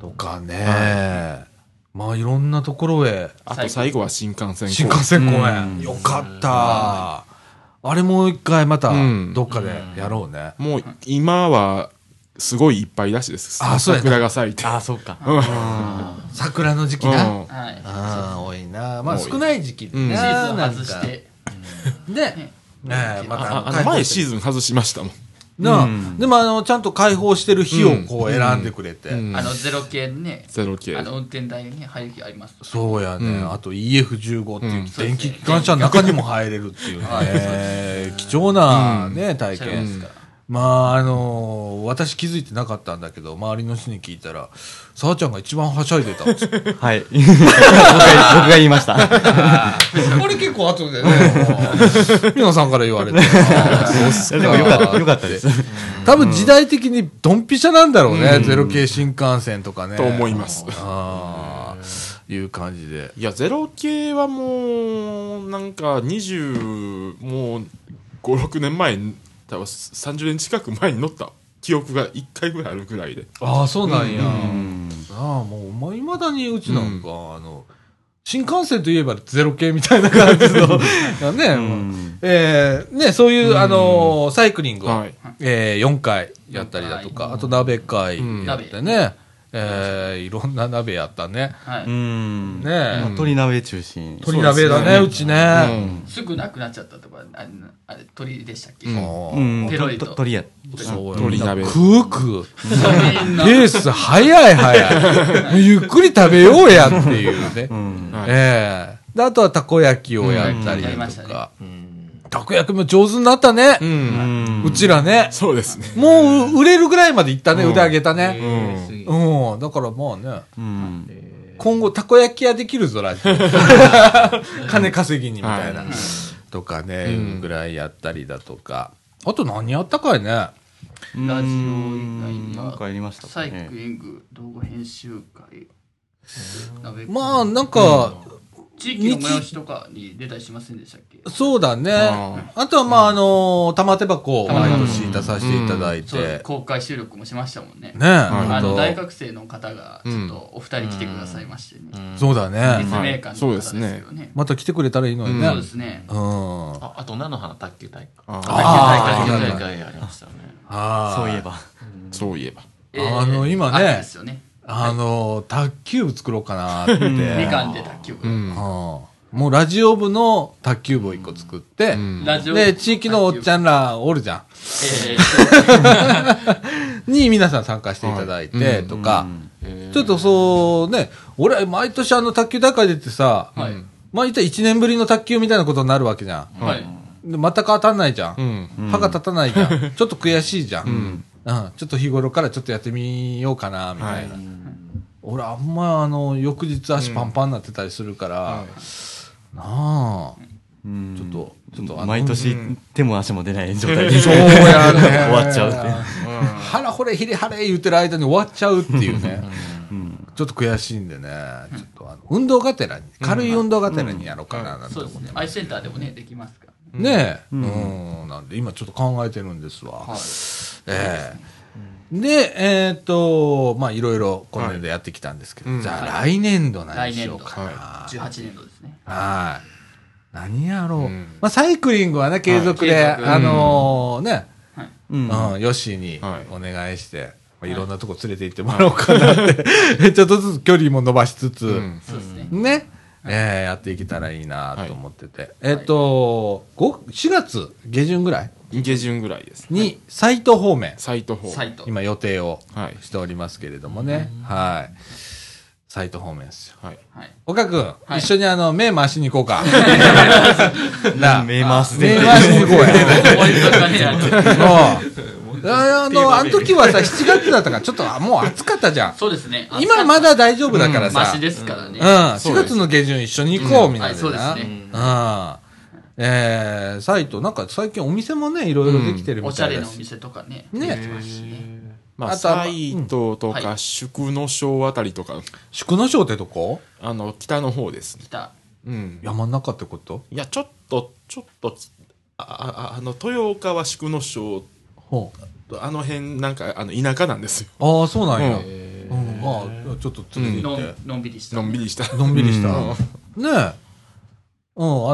とかね。まあいろんなところへ、
あと最後は新幹線。
新幹線公演。よかった。あれもう一回また
うん
どっかでやろうね。
もう今はすごいいっぱいらしいです。
あそうやな
桜が咲いて。
ああ、そうか。
桜の時期
うん
な。
はい。
ああ、多いな。まあ
多い
少ない時期で
うん
シ
な
ーズ
な
ン
んか
外して。
で、ねえま
あ
た
あの前シーズン外しましたもん。
なあ、
うん
でもあの、ちゃんと開放してる日をこう選んでくれて。
うん
あの、ゼロ系ね。
ゼロ系
あ。の、運転台に入る気あります。
そうやね、
うん
あと EF15 っていう
うん
電気機関車の中にも入れるっていうね、 (laughs) 貴重な、ね体
そうで
験、
すか
まああのー私気づいてなかったんだけど周りの人に聞いたら「さあちゃんが一番はしゃいでた」っつって
はい。 (laughs) 僕が僕が言いました。
これ結構後でね皆さんから言われて
でもよかった、よかったです。
多分時代的にドンピシャなんだろうね、ゼロ系新幹線とかね
と思います。
ああいう感じで
いや、ゼロ系はもう、なんか20、もう5、6年前に、多分30年近く前に乗った記憶が1回ぐらいあるぐらいで。
ああそうなんや、
うん
ああ、もう、まあ、未だにうちなんか、あの、新幹線といえばゼロ系みたいな感じの、が (laughs) ね、
ん
えーね、そういう、あのーサイクリングを、
はい
えー4回やったりだとか、あと鍋会やってね、えーいろんな鍋やったね。
は
う
い。
ん。
ねえ
まあ鶏鍋中心。
鶏鍋だね、うちね。
すぐなくなっちゃったとか、あれ、あれ鳥でしたっけ、
も
う。
うん
ペロリと
鶏や。
そう
鶏鍋
食う食う。
みんな。
ペース早い早い。ゆっくり食べようやっていうね。
うん。
はい
ええで、あとはたこ焼きをやったり
うんやりまし
と
た
か
ね。
うん
たこ焼きも上手になったね
う。ん。
うちらね。
そうですね。
もう売れるぐらいまでいったね、腕上げたね。
うん。
次
うん。だからまあね、
うん。
今後たこ焼き屋できるぞ、ラジオ。金稼ぎにみたいな
は。
とかね、いうぐらいやったりだとか。あと何やったかいね。
ラジオ以
うん
外
なん
は
か、やりました
サ
か
イク
ね。
リング、動画編集会、鍋
まあなんか、
地域の催しとかに出たりしませんでしたっけ
そうだね。
あ
あとは、まあ、あのー玉手箱を
玉手
毎
箱
年出させていただいて。
そうです
ね
公開収録もしましたもんね。
え、
あの
本当
大学生の方がちょっとお二人来てくださいましてね、
そうだね。
立命館の方ですよね。
また来てくれたらいいのにね。。
そううんですね。
あ
ああと菜の花卓球大会
あ
あ
卓球
ー
大会ありましたよね
あー
そういえば。
そういえば。
あの今ね
あったですよね。
あのー卓球部作ろうかなって。うん
みかんで卓球部、
もうラジオ部の卓球部を一個作って、
ん
ラジオ
で、地域のおっちゃんらおるじゃ
えーそう
ん。に皆さん参加していただいて、とか、
えー
ちょっとそうね、俺、毎年あの卓球大会出てさ、
はい
まあ言ったら1年ぶりの卓球みたいなことになるわけじゃん。
はい
で全く当たんないじゃん。
うん。
歯が立たないじゃん。ちょっと悔しいじゃん。うん。ちょっと日頃からちょっとやってみようかな、みたいな。俺、あんま、あの、翌日足パンパンになってたりするから、なあ、
うん
ちょっと、ちょっとあの、
毎年手も足も出ない状態で
そうやね
(laughs) 終わっちゃうって
(laughs) 腹ほれひれはれ言ってる間に終わっちゃうっていうね。ちょっと悔しいんでね、ちょっとあの、運動がてらに、軽い運動がてらにやろうかな、なんて
そう
思
で
っ
す
て
ね。アイセンターでもねできますから。
ねえ、うん、なんで、今ちょっと考えてるんですわ。
はい
ええで、えっ、と、まあ、いろいろ今年度やってきたんですけど、
はい
じゃあ来年度何
来
し
年
よう
度
かな。は
18年度ですね。
い。何やろう、
ん
まあ、サイクリングはね、継続で、
はい継続
あのーね、
はい。
うん
うん、ヨッシーに
はい
お願いして、まあ、いろんなとこ連れて行ってもらおうかなって、 (laughs) ちょっとずつ距離も伸ばしつつ、
うん
そうですね。
ね、えーやっていけたらいいなと思ってて、えっ、と、ご4月下旬ぐらい
下旬ぐらいです。
に、サイト方面、
サイト方。
サイト。
今予定を
はい
しておりますけれどもね、はい。サイト方面ですよ。
はい。
はい。
岡くん、
い
一緒にあの、目回しに行こうか。 (laughs) なあ、目
目回すで
回しに行こうや。
終わりとかねあの
うんああの、あの時はさ、7月だったから、ちょっとあもう暑かったじゃん。
そうですね。
(laughs) 今まだ大丈夫だから
マ
さ
シ。ですからね
うん、。4月の下旬一緒に行こう、みたいな。
はいそうですね
うん。えー、サイト、なんか最近お店もね、いろいろできてる
お
み
しゃ
たい
れ
だ
なお
し。
店とかね。
ね
できますしね
ま
あ
あ、
とは
サイトと
うんは
か、
い
宿の省あたりとか、
宿野省ってとこ
あの、北の方ですね。
北。
うん。
山の中ってこと
いや、ちょっと、ちょっと、あ、ああの、豊岡は宿の省
ほう。
と、あの辺、なんか、あの、田舎なんですよ。
ああ、そうなんや。
う
うんん、まあ、ちょっと連れて行
の
って
ん、のんびりした。
のんびりした。
のんびりした。ねえ。うん、あ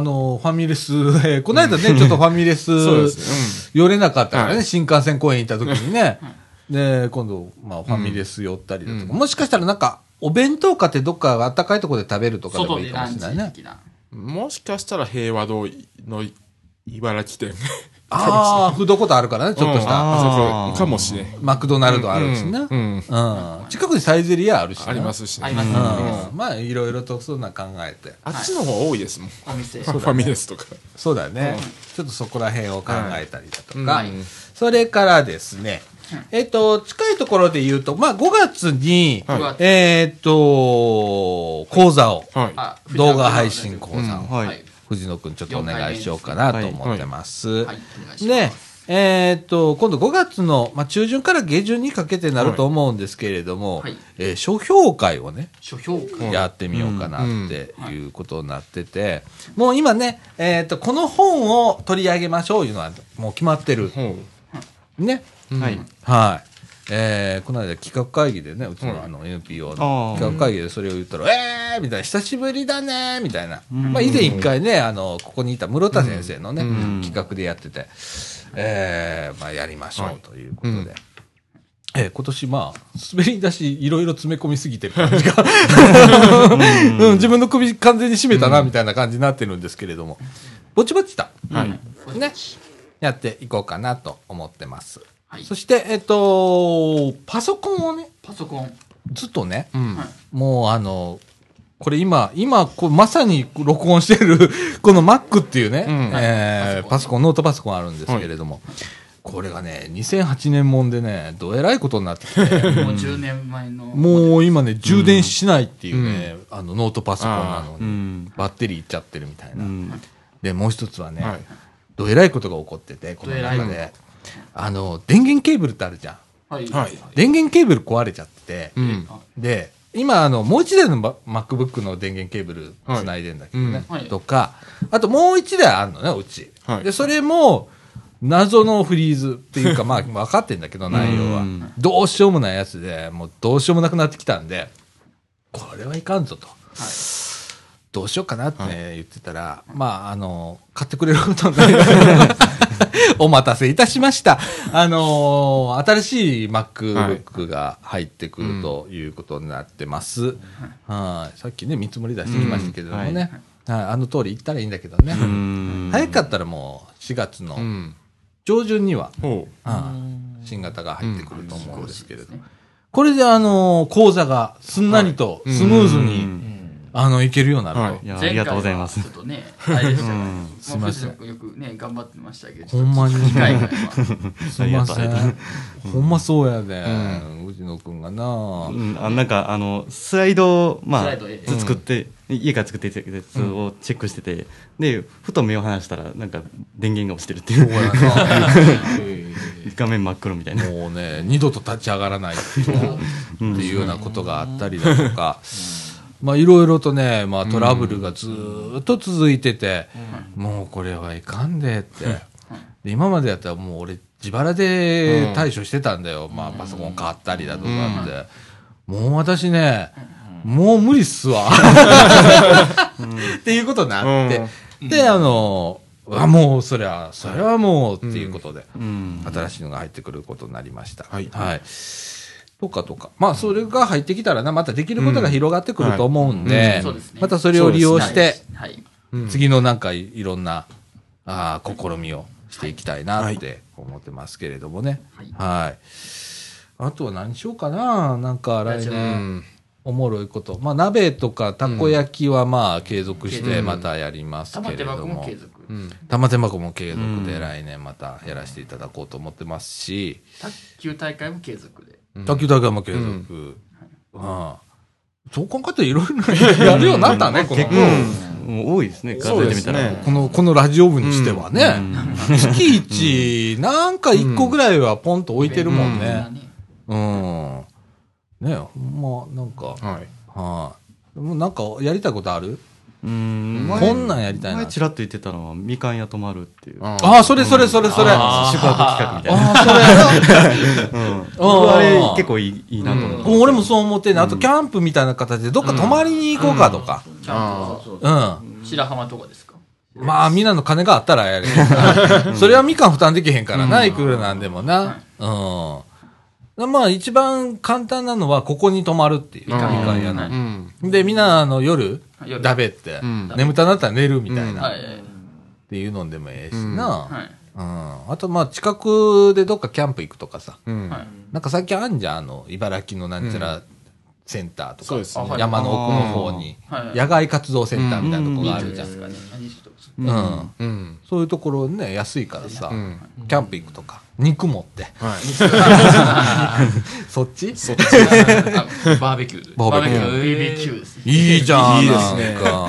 の、ファミレス、えー (laughs) この間ね、ちょっとファミレス、
そうです
寄れなかったから
は
ね、新幹線公園行った時にね。で、今度、まあ、ファミレス寄ったりだとか、もしかしたらなんか、お弁当買ってどっかあったかいところで食べるとかでも
外
いい
で
かも
ラ
し
ン
れ
チ
ないね。
的な。
もしかしたら平和通りの茨城 (laughs) 店。
ああ、フードコートあるからね、ちょっとし
うん
た。
あそこかもしれん。
マクドナルドあるしね。
う
うん
うん
ん。近くにサイゼリアあるしね
ありますし
あ
ね
り。ます
う
ね。
ん。まあ、いろいろとそんな考えて。
あっちの方多いですもん。 (laughs) フ
お店。
ァミレスとか。
そうだね、ちょっとそこら辺を考えたりだとか、
はい
うんそれからですね、えっ、と、近いところで言うと、まあ、5月に、
はい
は
えっ、と、講座を、
はい。
あ
動画配信講座を、
うんはい
はい。
藤野くんちょっとお願いしようかなと思ってます。
はい。お願いしま
ね
す。、
えっ、と、今度5月の、まあ、中旬から下旬にかけてなると思うんですけれども、
はい
えー書評会をね、
書評会。
やってみようかなっていうことになってて、もう今ね、えっ、と、この本を取り上げましょういうのはもう決まってる。
ほ
ね。
う。
はい。
はい。えーこの間企画会議でね、うちのあの NPO の
あー
企画会議でそれを言ったら、えーみたいな、久しぶりだねみたいな。まあ以前一回ね、あの、ここにいた室田先生のね、企画でやってて、えーまあやりましょうということで。えー今年まあ、滑り出しいろいろ詰め込みすぎてる感じが、うん自分の首完全に締めたな、みたいな感じになってるんですけれども、ぼちぼちだ。
はい。
ね、やっていこうかなと思ってます。
はい
そして、えっと、パソコンをね、
パソコン。
ずっとね、
うん。
もうあの、これ今、今、こうまさに録音してる、 (laughs) この Mac っていうね、
うん
えーパソコン、ノートパソコンあるんですけれども、これがね、2008年もんでね、どえらいことになってきて、
もう10年前の。
もう今ね、充電しないっていうね、あの、ノートパソコンなの
う
に、
ん
バッテリーいっちゃってるみたいうな。
ん
で、もう一つはね、
はい。
どえらいことが起こってて、この
ど
中
えら
で、あの、電源ケーブルってあるじゃん。
はい。
はい
電源ケーブル壊れちゃってて、
うん。
で、今、あの、もう一台のバ MacBook の電源ケーブルつないでんだけどね、
はいうん
とか、あともう一台あるのね、うち。
はい
で、それも、謎のフリーズっていうか、まあ、分かってんだけど、内容は
うん。
どうしようもないやつで、もうどうしようもなくなってきたんで、これはいかんぞと。どうしようかなってね、言ってたら、まあ、あの、買ってくれることになり (laughs) ましたお待たせいたしました。あの新しい MacBook が入ってくるということになってます。はい、さっきね、見積もり出してきましたけれどもね、はいあの通り行ったらいいんだけどね。
うん
早かったらもう4月の
うん。
上旬には、
ほ
うん新型が入ってくると思うんですけれど、
うん
これであの講座がすんなりと
はい
スムーズ
う
に、
ん
あのいけるようになると、
はい
いやありがとうございます
前回はちょっとね、あれでしたから
う
ね
ん
まあ
すいません
藤田君よくね、頑張ってましたけど。
ほんまに
次回からは
すいませ
ありがと
んほんまそうやで、
ん
藤野くんがな
うん、あなんかあのスライドを、ま
ス
あ、
ライドええ
作って、家から作ってきたやつをチェックしてて、でふと目を離したらなんか電源が落ちてるっていう
そうやな
(laughs) 画面真っ黒みたいな
もうね二度と立ち上がらないっていうようなことがあったりだとか、まあいろいろとね、まあ、トラブルがずーっと続いてて、もうこれはいかんでって、で今までやったらもう俺自腹で対処してたんだよ、まあ、パソコン買ったりだとかって、もう私ね、もう無理っすわ、っていうことになって、であのあもうそりゃそれはもうっていうことで。
うん
新しいのが入ってくることになりました。
はい
とかとか。まあ、それが入ってきたらな、またできることが広がってくると思うんで、
いうんそうですね
またそれを利用して、
はい。
次のなんかいいろんな、あー試みをしていきたいなって思ってますけれどもね。
はい
はい。あとは何しようかななんか来
う。う
年
ん。
おもろいこと。まあ鍋とかたこ焼きはまあ継続し
う
て
ん
またやります
玉
けれ
手
ど
箱
も。
も継続。
玉手箱も継続
う
で
ん
来年またやらせていただこうと思ってますし、
卓球大会も継続で。
卓球大会も継続、うんそう考えたらいろいろやるようになったね、この
結構、もう多いですね数
そう
え
で
てみ
す
たら、
ね。
このこのラジオ部にしてはね、
うん
月一、なんか一個ぐらいはポンと置いてるもん
みんな
ね。うん。ねほんま、なんか、
はい。
はい、もうなんかやりたいことある
うん前
こんなんやりたいな
前ちらっと言ってたのはみかん屋泊まるっていう
あ
ああ、それそれそれそれ。
あ
あ
宿泊企画みたいな
あ、それ。
うん僕
あ
はあれ
ああ
結構いいいいなと思って、
俺もそう思ってんね。あとキャンプみたいな形でどっか泊まりに行こうかとか。
キャンプそう
う
そ
ん
う。白浜とかですか
まあ、みんなの金があったらやれ。それはみかん負担できへんからな、いくらなんでもな。うん。まあ、一番簡単なのは、ここに泊まるっていう。み
うん
かん屋
は
の
い。
うん。
で、みんな、あの、夜、
夜
だべって
ん、
眠たなったら寝るみたいな。
は
っ。
い
ていうのでもええし
は
な。
い。
うん。あと、まあ、近くでどっかキャンプ行くとかさ。
うん。
はい。
なんか最近あんじゃん、あの、茨城のなんちゃらセンターと
そうで
か、
すね。
あはい
山の奥の方に
は、い
野外活動センターみたいなとこがあ
いい
るじ
んじ
ゃ
ゃ
ん
な。いですかね。何しとく
うん。
うん。
そういうところね、安いからさ、
うん
キャンプ行くとか、肉持って、
はい。
(laughs) そっち
そっち。
あバーベキューで
バーベキュー。
BBQ ですね。
いいじゃん。
いいですね
なんか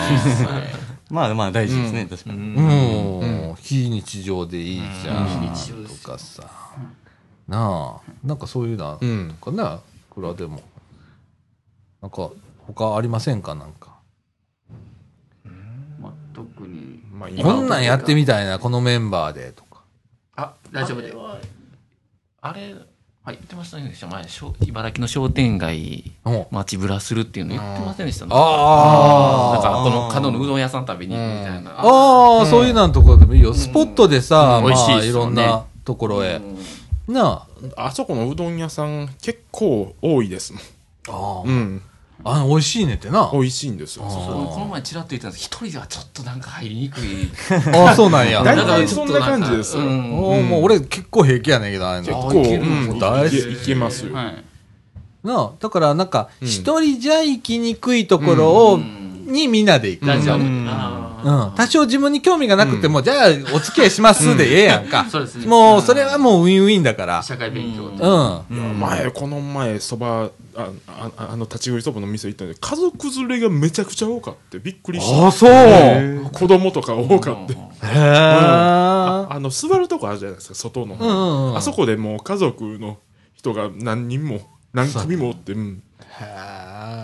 まあまあ大事ですね、確かに、
うん、非日常でいいじゃん。
うん非日常で
と
すよ
かさ。なあ、なんかそういうな、
うん。
とかね、いくらでも。なんか、他ありませんかなんか。
まあ特に。
まあ、
こ
今
んなんやってみたいな、このメンバーで、とか。
あ、大丈夫で。は。
あれはい言ってましたね前しょ茨城の商店街
うん
街ぶらするっていうの言ってませんでした
あ
なん
あ。
かこの角のうどん屋さん食べに行くみたいなあ
ああ、そういうなんとこでもいいよ。スポットでさ、
うん
ま
美味しい
あ、
っす
いろ
よ
ん
ね
なところへ。なあ、
あそこのうどん屋さん結構多いですもん
あ
う
ー
ん
あの美味しいねってな
美味しいんですよ
あー
この前ちらっと言ったんです一人ではちょっとなんか入りにくい。
あそうなんや
大
だから
体
ちょ
そ
っ
ん
と
(laughs) な
か
感じですよ
うん
おーもう俺結構平気やねんけどああいう
結
の
構
あいける
うん
大
い
好
け
き
いけますよ
はい
なあだからなんか
うん
一人じゃ行きにくいところを
うん
にみんなで行く
ラジオ部
うん
であー
うん、多少自分に興味がなくても、じゃあお付き合いしますでええやんか
そうですね
もうそれはもうウィンウィンだから。
社会勉強
う
で
ん。
前この前そばああああの立ち食いそばの店行ったんで家族連れがめちゃくちゃ多かってびっくりした
そうへ
子供とか多かってあ
え。
あの座るとこあるじゃないですか外の、
んうんうん
あそこでもう家族の人が何人も何組もおって、うん、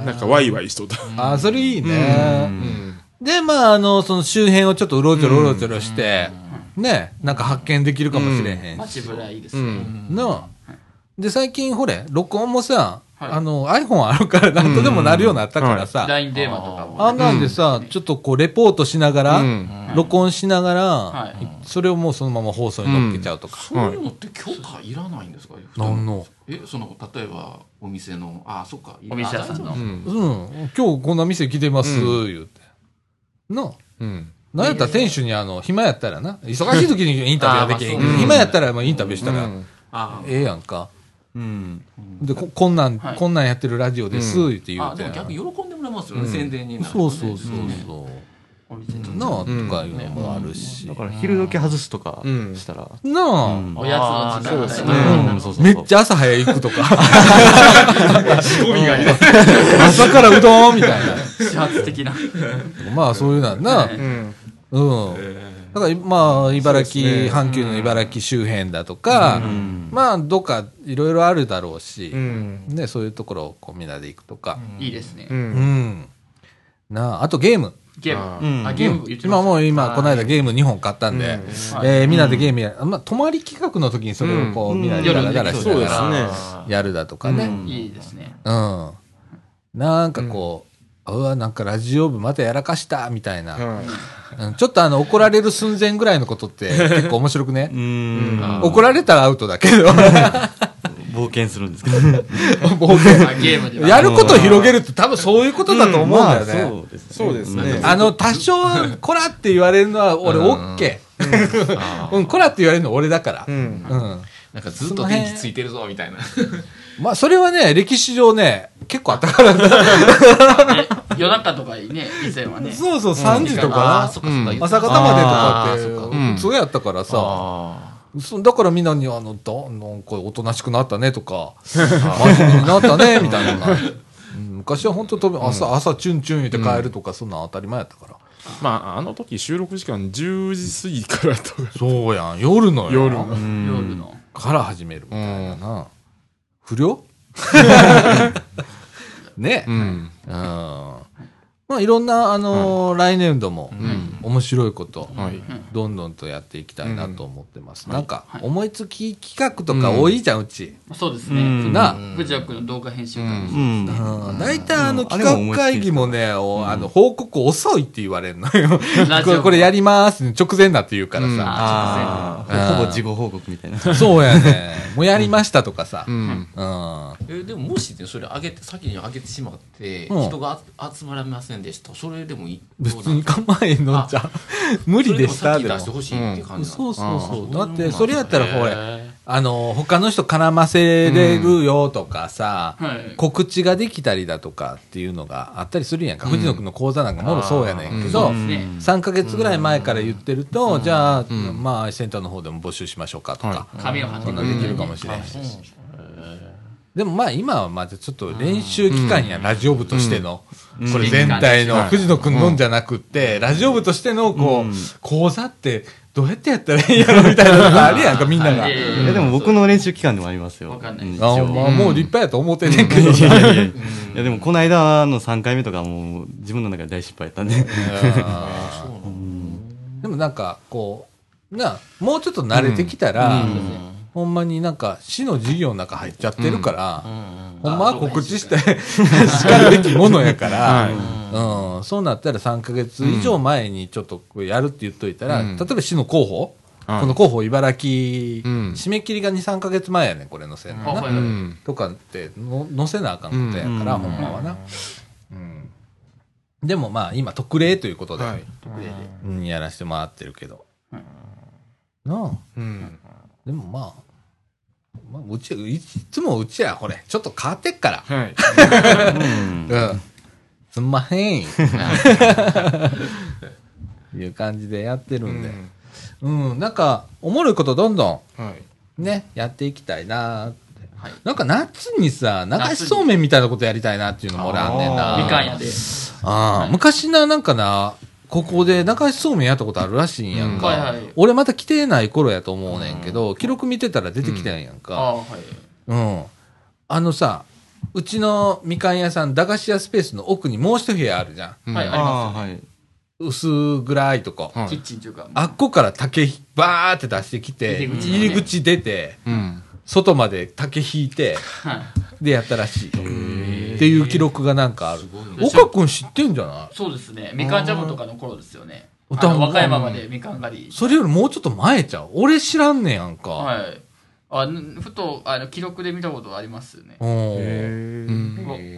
なんかワイワイしとった、
あ、それいいうね。
ん
で、まあ、あの、その周辺をちょっとうろちょろうろちょろして、ね、なんか発見できるかもしれへん
マ
し。
ジブラいいです
う
ね
ん
なあ。で、最近ほれ、録音もさ、
はい
あの、iPhone あるからなんとでもなるようになったからさ、
LINE 電話とかも
あんなんでさ、ちょっとこう、レポートしながら、
うん
録音しながら、
い
それをもうそのまま放送に乗っけちゃうとか。
そういうのって許可いらないんですか
なんの
え、その、例えば、お店の、あ、そっか。
お店屋さんの
あ
うん
うん、今日こんな店来てます、
う
言うて。な、
うん
なんやったら店主にあの、暇やったらな、忙しい時にインタビューはできへんけど、
うん
暇やったらまあインタビューしたら、
うん
あ
ええやんか。
うん
で、ここんなん、
はい
こんなんやってるラジオです、
う
言って言
あ、
うて
でも。逆に喜んでもらえますよね、
うん
宣伝になるとね。
そうそうそうそ
お店
う。
と
なあ、と
ん
かいうのもあるし
だ。から昼時外すとか
うん
したら、
なあ、
うん
おやつ
そう
の時
です
間
ね
うんそうそうそう
めっちゃ朝早い行くとか、
仕込みがいい
朝からうどんみたい
始発的な
な。まあそういうなんな。
うん
うん。だから、まあ、茨城、
そうですね
阪急の茨城周辺だとか、まあ、どっかいろいろあるだろうし
う、ん
ね、そういうところをこうみんなで行くとか。
いいですね
う
うん。
ん
なあ、あとゲーム。
ゲ
あ
ー
ー
ムあゲーム言ってました
今もう今、この間ゲーム2本買ったんで、えーみんなでゲームや、まあ、泊まり企画の時にそれをこう、
うん
みんなでダラダラしな
そう
が
で
ら
すね
やるだとかね。
いいで
(laughs)
すね
うん。なんかこう、うわ、なんかラジオ部またやらかした、みたいな。
はい
うんちょっとあの、怒られる寸前ぐらいのことって結構面白くね。
うん
あー
怒られたらアウトだけど、
冒険するんですけど
(laughs) 冒険
あゲームでは
やることを広げるって多分そういうことだと思うんだよね。
そうですね
そうですね
ん
あの、多少、 (laughs) こらって言われるのは俺、オッケー。うん、こらって言われるの俺だから。
う
うんん。
なんかずっと電気ついてるぞ、みたいな。
まあ、それはね、歴史上ね、結構あったからね。
ね夜中とかにね以前は
(laughs)
ね
そうそう、3時と
あー
か
そっかそっか。
な、朝方までとかっ
あーそっか
て、そうやったからさ、
あ
そうだからみんなに、あの、だなんかおとなしくなったねとか、真面目になった (laughs) ね、みたいなのが。うん昔は本当飛び朝、朝チュンチュン言って帰るとか、そんなん当たり前やったから。
まああの時収録時間10時過ぎからとか
そうやん、夜のよ
夜の
夜の
から始めるみたいなな。不良 (laughs) ね、うん、
ん
まあいろんな、あのー来年度も、面白いこと、
はい
どんどんとやっていきたいなと思ってます。なんか、思いつき企画とか多いじゃん、うち。
そうです
うん
ね
なあ
ブジャ君の動画編集会
う
議
ん
うん大体あの
うん
企画会議もね、おあの報告遅いって言われるのよ。
ラジ
こ
オ
れ
も
(laughs) これやりますって直前になって言うからさ。
あ
あー
あほぼ事後報告みたいな
そうやね。もうやりましたとかさ。う。
うんん
えでももしねそれ上げて先に上げてしまって、
うん
人が集集まらませんでしたそれでもいい
別に構えんのじゃ。無理でした
そ
で
れで
も
も先に出してほしいって感じな
そうそうそう。
あ
だ
あ
って、それやったらほ
へ
れ
え、
あの、他の人絡ませれるよとかさ
うんはい、
告知ができたりだとかっていうのがあったりするやんか。藤野くんの講座なんかもろそうやねんけ
そ
ど
うで、すね
3ヶ月ぐらい前から言ってると、じゃあ、まあ、センターの方でも募集しましょうかとか、
髪を貼って
そんなん
くれ
で
て
きるかもしれないし。でもまあ今はまだちょっと練習期間やラジオ部としての、これ全体の藤野くんのんじゃなくって、ラジオ部としてのこう、講座ってどうやってやったらいいんやろみたいなのがあるやんか、みんなが。あ
いやいやい
いやでも僕の練習期間でもありますよ
わかんない
うん一応
まあもう立派やと思ってんねんけ
い
ど
や。いやいやいやいやでもこの間の3回目とかもう自分の中で大失敗やったんで
でもなんかこう、なあ、もうちょっと慣れてきたら、ほんまになんか市の事業の中入っちゃってるから、ほんまは告知してしかるべきものやから、うん、そうなったら3ヶ月以上前にちょっとこうやるって言っといたら、例えば市の候補
はい
この広報茨城、
うん
締め切りが23か月前やねんこれのせいの
あ
な、
はい
うん
とかっての載せなあかんことやから、
うん
ほんまはな、
うん
でもまあ今特例ということで、
はい
うんやらしてもらってるけど、なあ
うん
でもまあまあ、うちいつもうちやこれちょっと変わってっから
はい
うん
うんすんまへんいう感じでやってるんで、うん、なんか、おもろいことどんど
はい
ん、ね、やっていきたいなって。
はい
なんか夏にさ、流しそうめんみたいなことやりたいなっていうのも俺あんねんな。
あー
みかんやで。
あー昔な、なんかな、ここで流しそうめんやったことあるらしいんやんか。
うんはいはい
俺また来てない頃やと思うねんけど、記録見てたら出てきてんやん
あ
か。
あ、はい。
うん。あのさ、うちのみかん屋さん、駄菓子屋スペースの奥にもう一部屋あるじゃん。
はい、ありま
あーはい
薄暗いとこ。
す。キッチンというか。
あっこから竹ひ、バーって出してきて、
入り口のね
入り口出て、
うん
外まで竹引いて、
はい。
でやったらしい。っていう記録がなんかある。岡君知ってんじゃない
そうですね。みかんジャムとかの頃ですよね。
あー
あの和歌山までみかん狩り。
それよりもうちょっと前ちゃう俺知らんねやんか。
はい。あぬふと、あの、記録で見たことありますよね。
おー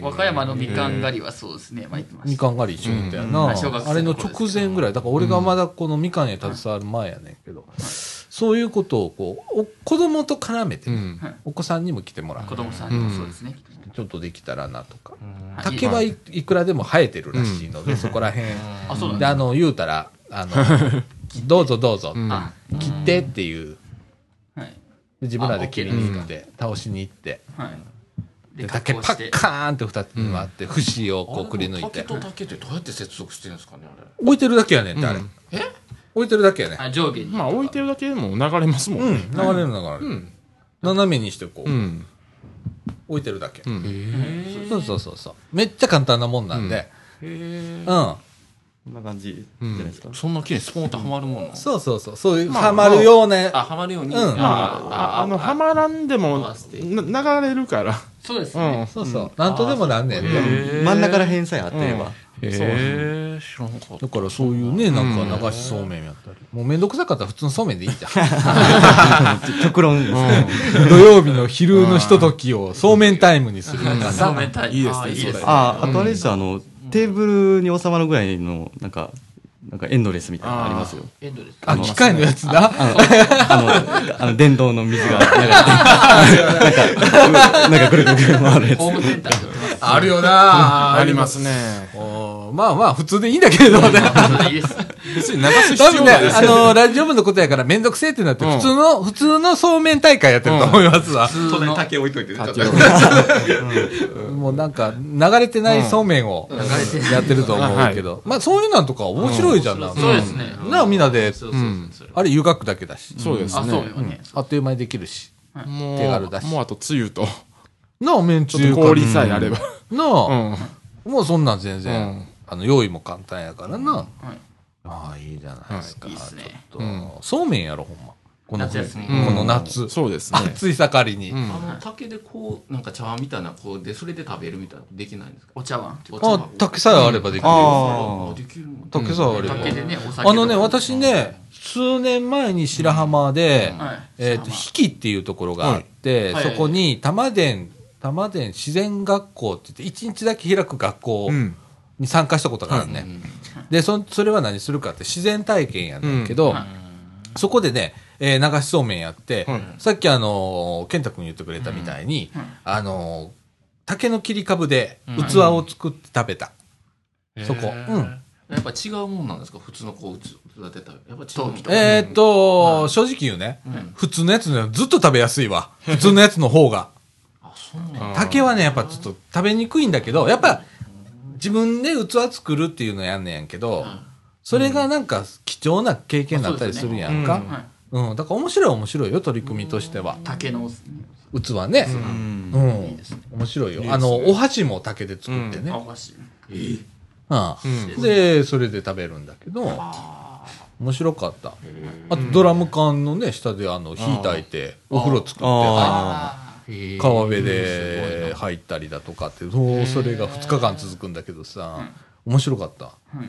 へ
わ和歌山のみかん狩りはそうですね。まあ、行きま
み
した。
かん狩り一緒に行ったよ
うん
な。
まあ小学生
あれの直前ぐらい。だから俺がまだこのみかんに携わる前やねんけど、そういうことをこう、お子供と絡めて、
うん
お子さんにも来てもら
子
う。
供さんにもそうですね。
ちょっとできたらなとか。
はい
竹はいいくらでも生えてるらしいので、そこら辺。
あ、そうなん
で、
だ。
あの、言うたら、あの、どうぞどうぞ、
あ、
切ってっていう、
はい。
で自分らで切りに行って、倒しに行って、
はい。
で竹パッカーンって二つ割って、節をこうくり抜いて
竹、と竹ってどうやって接続してるんですかね、あれ。
置いてるだけやねんって、あれ。置いてるだけやねん。
あ、上下に。
まあ置いてるだけでも流れますもん
うん、
ね
流れる流れる。斜めにしてこ
う
う、
ん
置いてるだけ。
うん
そうそうそうそう。めっちゃ簡単なもんなんで、うん。
こんな感じじゃないですか。
そんな綺麗にスポンとはまるもんなの
そうそうそう、そういう、はまるよう
あ、
な、
はまるように。
うん
まあああのはまらんでも
合わせて
な流れるから
そうです
う
ね。
ん
そうそう、なんとでもなんねんで。
真ん中ら辺さえあってれば。
へえ、知らんかった
だ。からそういうね、なんか流しそうめんやったり。もうめんどくさかったら普通のそうめんでいいじゃん。 (laughs)
極論ですね。
土曜日の昼のひとときをそうめんタイムにするとか
そう
さ。
めんタイプ
いいですね
あーいい
そう
で
だよ
すね。
ああ、あとあれですよあの、テーブルに収まるぐらいの、なんか、なんかエンドレスみたいなのありますよ。
エンドです。
あ、機械のやつだ。
あの、あの電動の水が流れて、なんか、なんかぐるぐるぐる回るやつ。
ホームセンターで売ってます。
(laughs) あるよな
ありま。すね
おーまあまあ、普通でいいんだけれどもね。
それいいです。
別に流
(laughs)
す
多分
必要
ね、
ないです
あの、ラジオ部のことやからめんどくせえってなって、普通の、普通のそうめん大会やってると思いますわ。
その
置いといて。
竹を
もうなんか、流れてないそうめんをやってると思うけど。まあそういうなんとか面白いじゃん。なんか
そうですね。
なあみんなで、
そうそうそうそう。
あれ湯がくだけだし。
そうです
あ、そう
ね
よね。
あっという間にできるし。
もう
手軽だし
もうあとつゆと
なあ、めんつ
ちょっ
ゆ
と
か
氷さえあれば
な
う
あ、
ん
もうそんなん全然、
うん
あの用意も簡単やからな、
はい。
ああいいじゃないですか、
はいいいっすね
ちょっと、そうめんやろほんまこの
夏休み
この夏、
そうですね
暑い盛りに、
ん
あの竹でこう、なんか茶碗みたいな、こうで、それで食べるみたいな、できないんですか
お茶碗。
お茶
あ
碗
竹さえあればできるよ、
あ
できるの
竹さえあれば、
竹でね、お酒とか
あのね、私ね、数年前に白浜で、
んはい
えっ、と、
白浜
比企っていうところがあって、
はい
そこに玉電、玉電自然学校って言って、一日だけ開く学校
うん
に参加したことがあるね。で、そ、それは何するかって自然体験やねんけど、
はい
そこでね、えー流しそうめんやって、
はい
さっきあのー健太君言ってくれたみたいに、あのー竹の切り株で器を作って食べた。そこ。うん。
やっぱ違うもんなんですか普通のこう、育てたら。やっぱ違うもん。
えーっと、正直言うね、普通のやつのよりずっと食べやすいわ。普通のやつの方が。
あ、そうなんだ。
竹はね、やっぱちょっと食べにくいんだけど、やっぱ自分で器作るっていうのやんねやんけど、それがなんか貴重な経験だったりするやん
うんは
か
い。
うん、だから面白いは面白いよ、取り組みとしては。
竹の、
器ね。うん。面白いよ。あの、お箸も竹で作ってね。
あお菓子。
うん、でそれで食べるんだけど面白かったあとドラム缶のね下であの火炊いてお風呂作って
あ
はい川辺で入ったりだとかってそうそれが2日間続くんだけどさ面白かった
はい。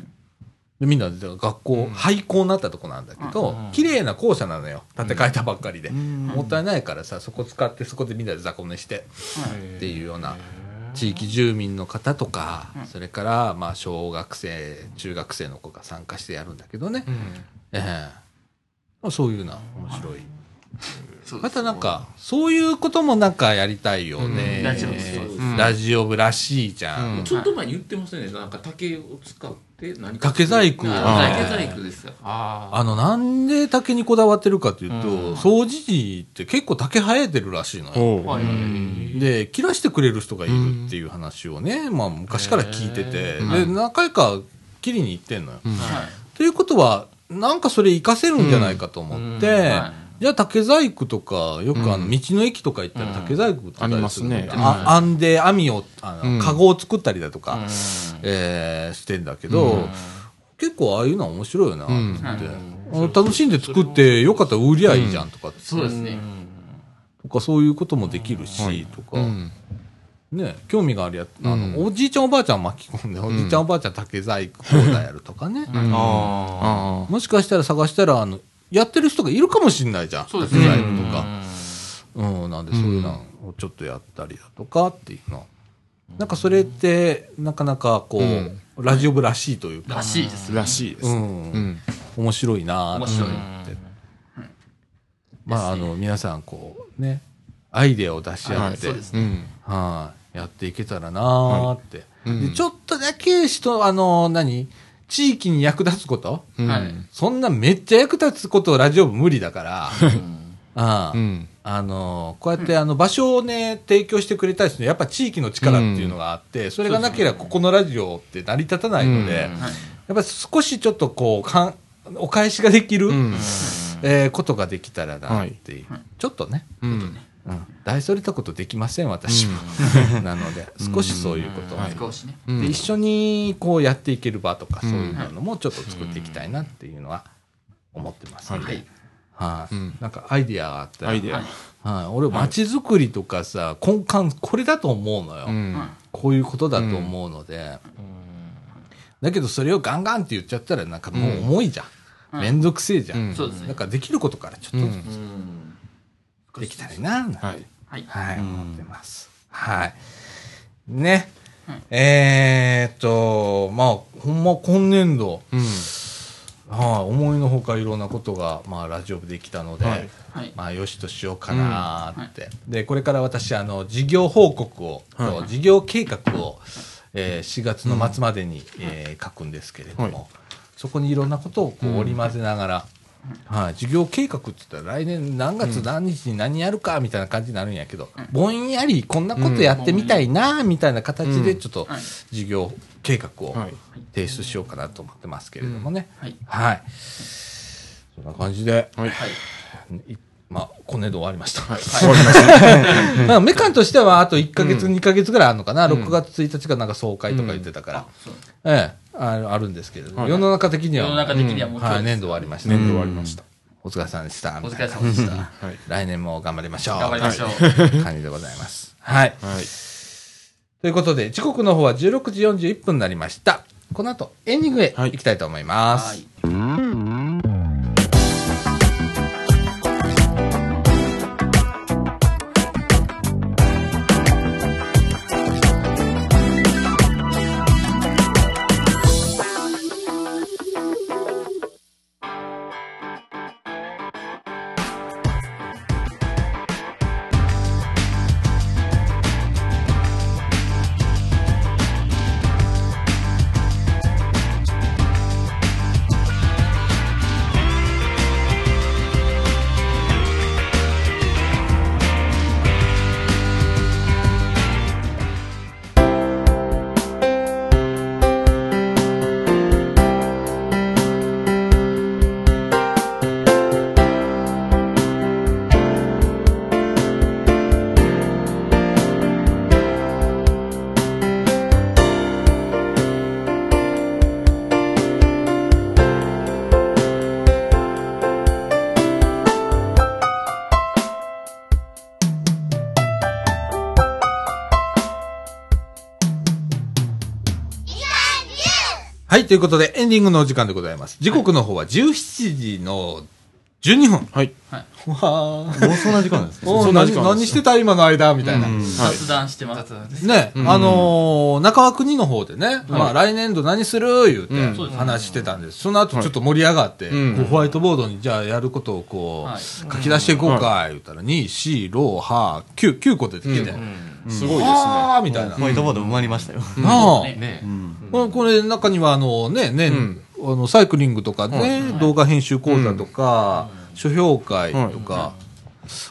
でみんなで学校、廃校になったとこなんだけど、綺麗な校舎なのよ建て替えたばっかりで、もったいないからさそこ使ってそこでみんなで雑魚寝して、っていうような地域住民の方とか、それからまあ小学生中学生の子が参加してやるんだけどね、ええまあそういうな面白い。
そうで
ますたなんか、そういうこともなんかやりたいよね。
うんラジオそうです
ラジオ部らしいじゃん。
うん
ちょっと前に言ってましたよね。なんか竹を使って何か。
竹細工
あ
あー
竹細工ですよ。
あ
あの、なんで竹にこだわってるかっていうと、
うん
掃除時って結構竹生えてるらしいのよ。
おう
あ。はい。
で、切らしてくれる人がいるっていう話をね、まあ昔から聞いてて、で、何回か切りに行ってんのよ。
はい。
ということは、なんかそれ活かせるんじゃないかと思って、
うんうんはい
じゃあ竹細工とか、よくあの、
うん
道の駅とか行ったら
うん
竹細工とか
ありますね
あ
うん
編んで網を、あの、
うん
籠を作ったりだとか、
うん
えーしてんだけど、結構ああいうのは面白いよな、って、
うん
あの楽しんで作って、よかったら売りゃいいじゃんとか、
そうですね。
とかそういうこともできるし、とか、
うん
ね、興味があるやつ、あの、
うん
おじいちゃんおばあちゃん巻き込んで、おじいちゃんおばあちゃん竹細工こうだやるとかね。
あ
あ
もしかしたら探したら、あの、やってる人がいるかもしれないじゃん。
そうです
デ
ね
ザインと
あ。
か。うん、なんでそういうのをちょっとやったりだとかっていうの。なんかそれって、なかなかこう、
うん
ラジオ部らしいという
ら
か、
しいです。
あらしいです
う、
うんん
面白いなぁ。
面白い。
まあ、あの、皆さんこう、ね、アイデアを出し合
は
っ
い
て、
そ
は
う
い
です
うん
やっていけたらなぁって、
いうん
で。ちょっとだけ人、あの、何地域に役立つこと
うん
はい
そんなめっちゃ役立つことラジオ部無理だ
(laughs)
から、ああ
うん
あのこうやってあの場所をね、提供してくれたりするのやっぱ地域の力っていうのがあって、それがなければここのラジオって成り立たないので、
うん
や
はい。
っぱ少しちょっとこう、かんお返しができる、
うん
えーことができたらなっていう、ちょっとね、
うん
うん、大それたことできません、私は。 (laughs) なので、少しそういうことを、
はい
少しね。
うん
で一緒にこうやっていける場とか、
うん
そういうのもちょっと作っていきたいなっていうのは思ってますね、
は
はい。
はい、
うん
なんかアイディアがあったら
アイデア
はい、俺、街づくりとかさ、根幹、これだと思うのよ、
うん
はい
こういうことだと思うので、だけどそれをガンガンって言っちゃったら、なんかもう重いじゃん。
うん
めんどくせえじゃん。
うん
そうですね
なんかできることからちょっ
うん
うん
とできたらいいな、はい、
はい
はい。
思ってます。はい。ね。
うん
えーっと、まあ、ほんま今年度、
うん
はい、思いのほかいろんなことが、まあ、ラジオ部できたので、
はい
はい。
まあ、よしとしようかなーって、で、これから私、あの、事業報告を、
は
事業計画を、えー4月の末までに、えー書くんですけれども、
は
そこにいろんなことをこう織り交ぜながら、はい、事業計画って言ったら来年何月何日に何やるかみたいな感じになるんやけど、ぼんやりこんなことやってみたいなーみたいな形でちょっと
はい
事業計画を
はい
提出しようかなと思ってますけれどもね、
はい。
はい、そんな感じで、
はい
はい。
いまあ、今年度終わりました。 (laughs)
終わりました
まあ、メカンとしてはあと1ヶ月、2ヶ月ぐらいあるのかな、6月1日がなんか総会とか言ってたから、ええ、あるあるんですけれども、
はい
世の中的には、
世の中的にはもう今日
はい、年度終わりました、
年度終わりました
お疲れさんでした。
お疲れ様でした。
はい
来年も頑張りましょう。
頑張りましょう。
感じでございます。はい。
はい
ということで、時刻の方は16時41分になりました。この後、エンディングへ行きたいと思います。
はい。
「
はい、ということで、エンディングのお時間でございます。時刻の方は17時の12分。
はい。
わー
もうそんな時間なんですね。
お
そ
ー
んな時
何
間なん
何
ですよ
してた今の間みたいな。
うん
はい
雑談してます。
ね、あのー中川国の方でね、まあ来年度何する言う
うん
そうで
て
す
話してたんです。その後ちょっと盛り上がって、
うん
こうホワイトボードにじゃあやることをこ
は
う
い
書き出していこうか、言うたら、2、4、6、8、9、9個出てきて、
う
うん
すごいですね。
あーみたいな。
ホ
な
ワイトボード埋まりましたよ。
あ
ね
う。ん
ここれ中にはあのね、ね、
うん
あのサイクリングとかね、動画編集講座とか、書評会とか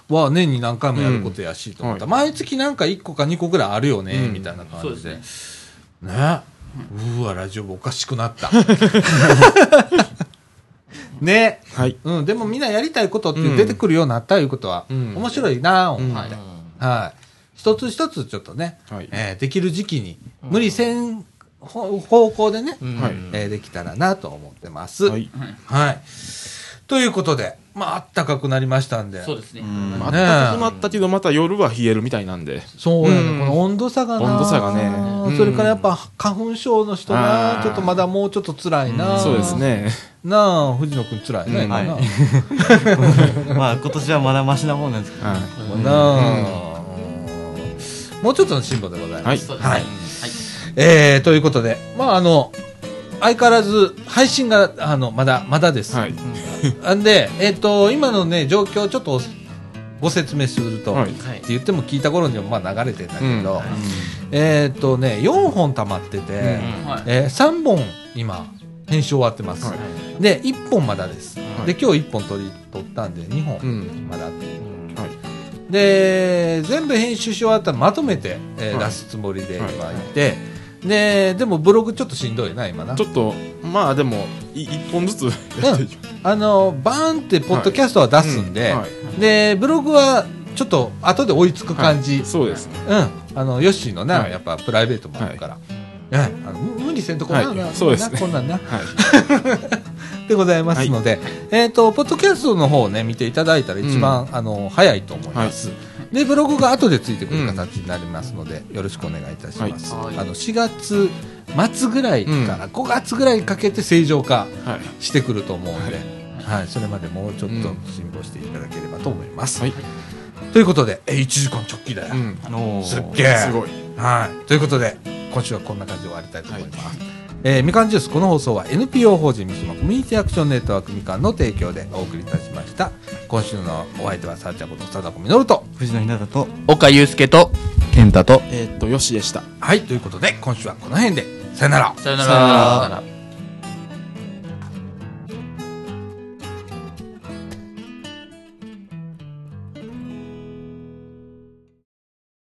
は年に何回もやることやしと思った、
う
毎月なんか1個か2個ぐらいあるよね、
うん
みたいな感
そうで
じ
す
で
ね。
ねうーわラジオ部おかしくなったね、
はい。
うん、でもみんなやりたいことって出てくるようになったいうことは、
うん
面白いなぁ思って、
うん
は
はいい
一つ一つちょっとね、
はい
えーできる時期に無理せん、ほ方向でね、
はい
えーできたらなと思ってます。
は
はい。
い。
ということで、まあ、あったかくなりましたんで。
そうですね。
ん
また始まったけど、また夜は冷えるみたいなんで。
そうやね、
うん
この温度差がな。
温度差がねうん
それからやっぱ、花粉症の人な
あ、ー
ちょっとまだもうちょっと辛いな。
そうです。ね。
なあ、藤野くん辛いね、
うん
今な。
はいまあ今年はまだマシな方なんですけど。
は
なあ、うんもうちょっとの辛抱でございます。
い。はい。
そうですね。
は
はいい。
えー、ということで、まあ、あの、相変わらず、配信が、あの、まだ、まだです。
はい。
んで、えっ、と、今のね、状況をちょっとご説明すると、
はい
って
はい。
言っても聞いた頃にはまあ流れてんだけど、
うん
えっ、とね、4本溜まってて、
はい。
え3本今、編集終わってます。
はい
で、1本まだです。
はい
で、今日1本取り、取ったんで、2
う
本
ん。
まだあって。
はい。
で、全部編集し終わったらまとめて、えー
はい
出すつもりで今いて、で、でもブログちょっとしんどいな、今な
ち。ょっと、まあでも、い一本ずつやっていきます。
あの、バーンってポッドキャストは出すんで、
うはい
でブログはちょっと後で追いつく感じ、
そうですね。
うんあのヨッシーのな、
はい
やっぱプライベートもあるから、うんあの無理せんとこな,、
はい
な
そうですね
なこんなんな
はい。
(laughs) でございますので、えっ、とポッドキャストの方をね見ていただいたら一番、あの早いと思います、でブログが後でついてくる形になりますので、よろしくお願いいたします、
はい
あの4月末ぐらいから5月ぐらいにかけて正常化
はい。
してくると思うんで、はい、それまでもうちょっと辛抱していただければと思います、
はい。
ということで、えー1時間直帰だよ
う。ん。
おー
すっげえ。
すごい。
はい。ということで、今週はこんな感じで終わりたいと思います。えーみかんジュース、この放送は NPO 法人三島コミュニティアクションネットワークみかんの提供でお送りいたしました。今週のお相手は、さあちゃんこと貞子みのると。
藤野ひなたと。
岡祐介と健太と。
えーっと、よしでした。
はい。ということで、今週はこの辺で、さよなら。
さよな
さよな
ら
ら。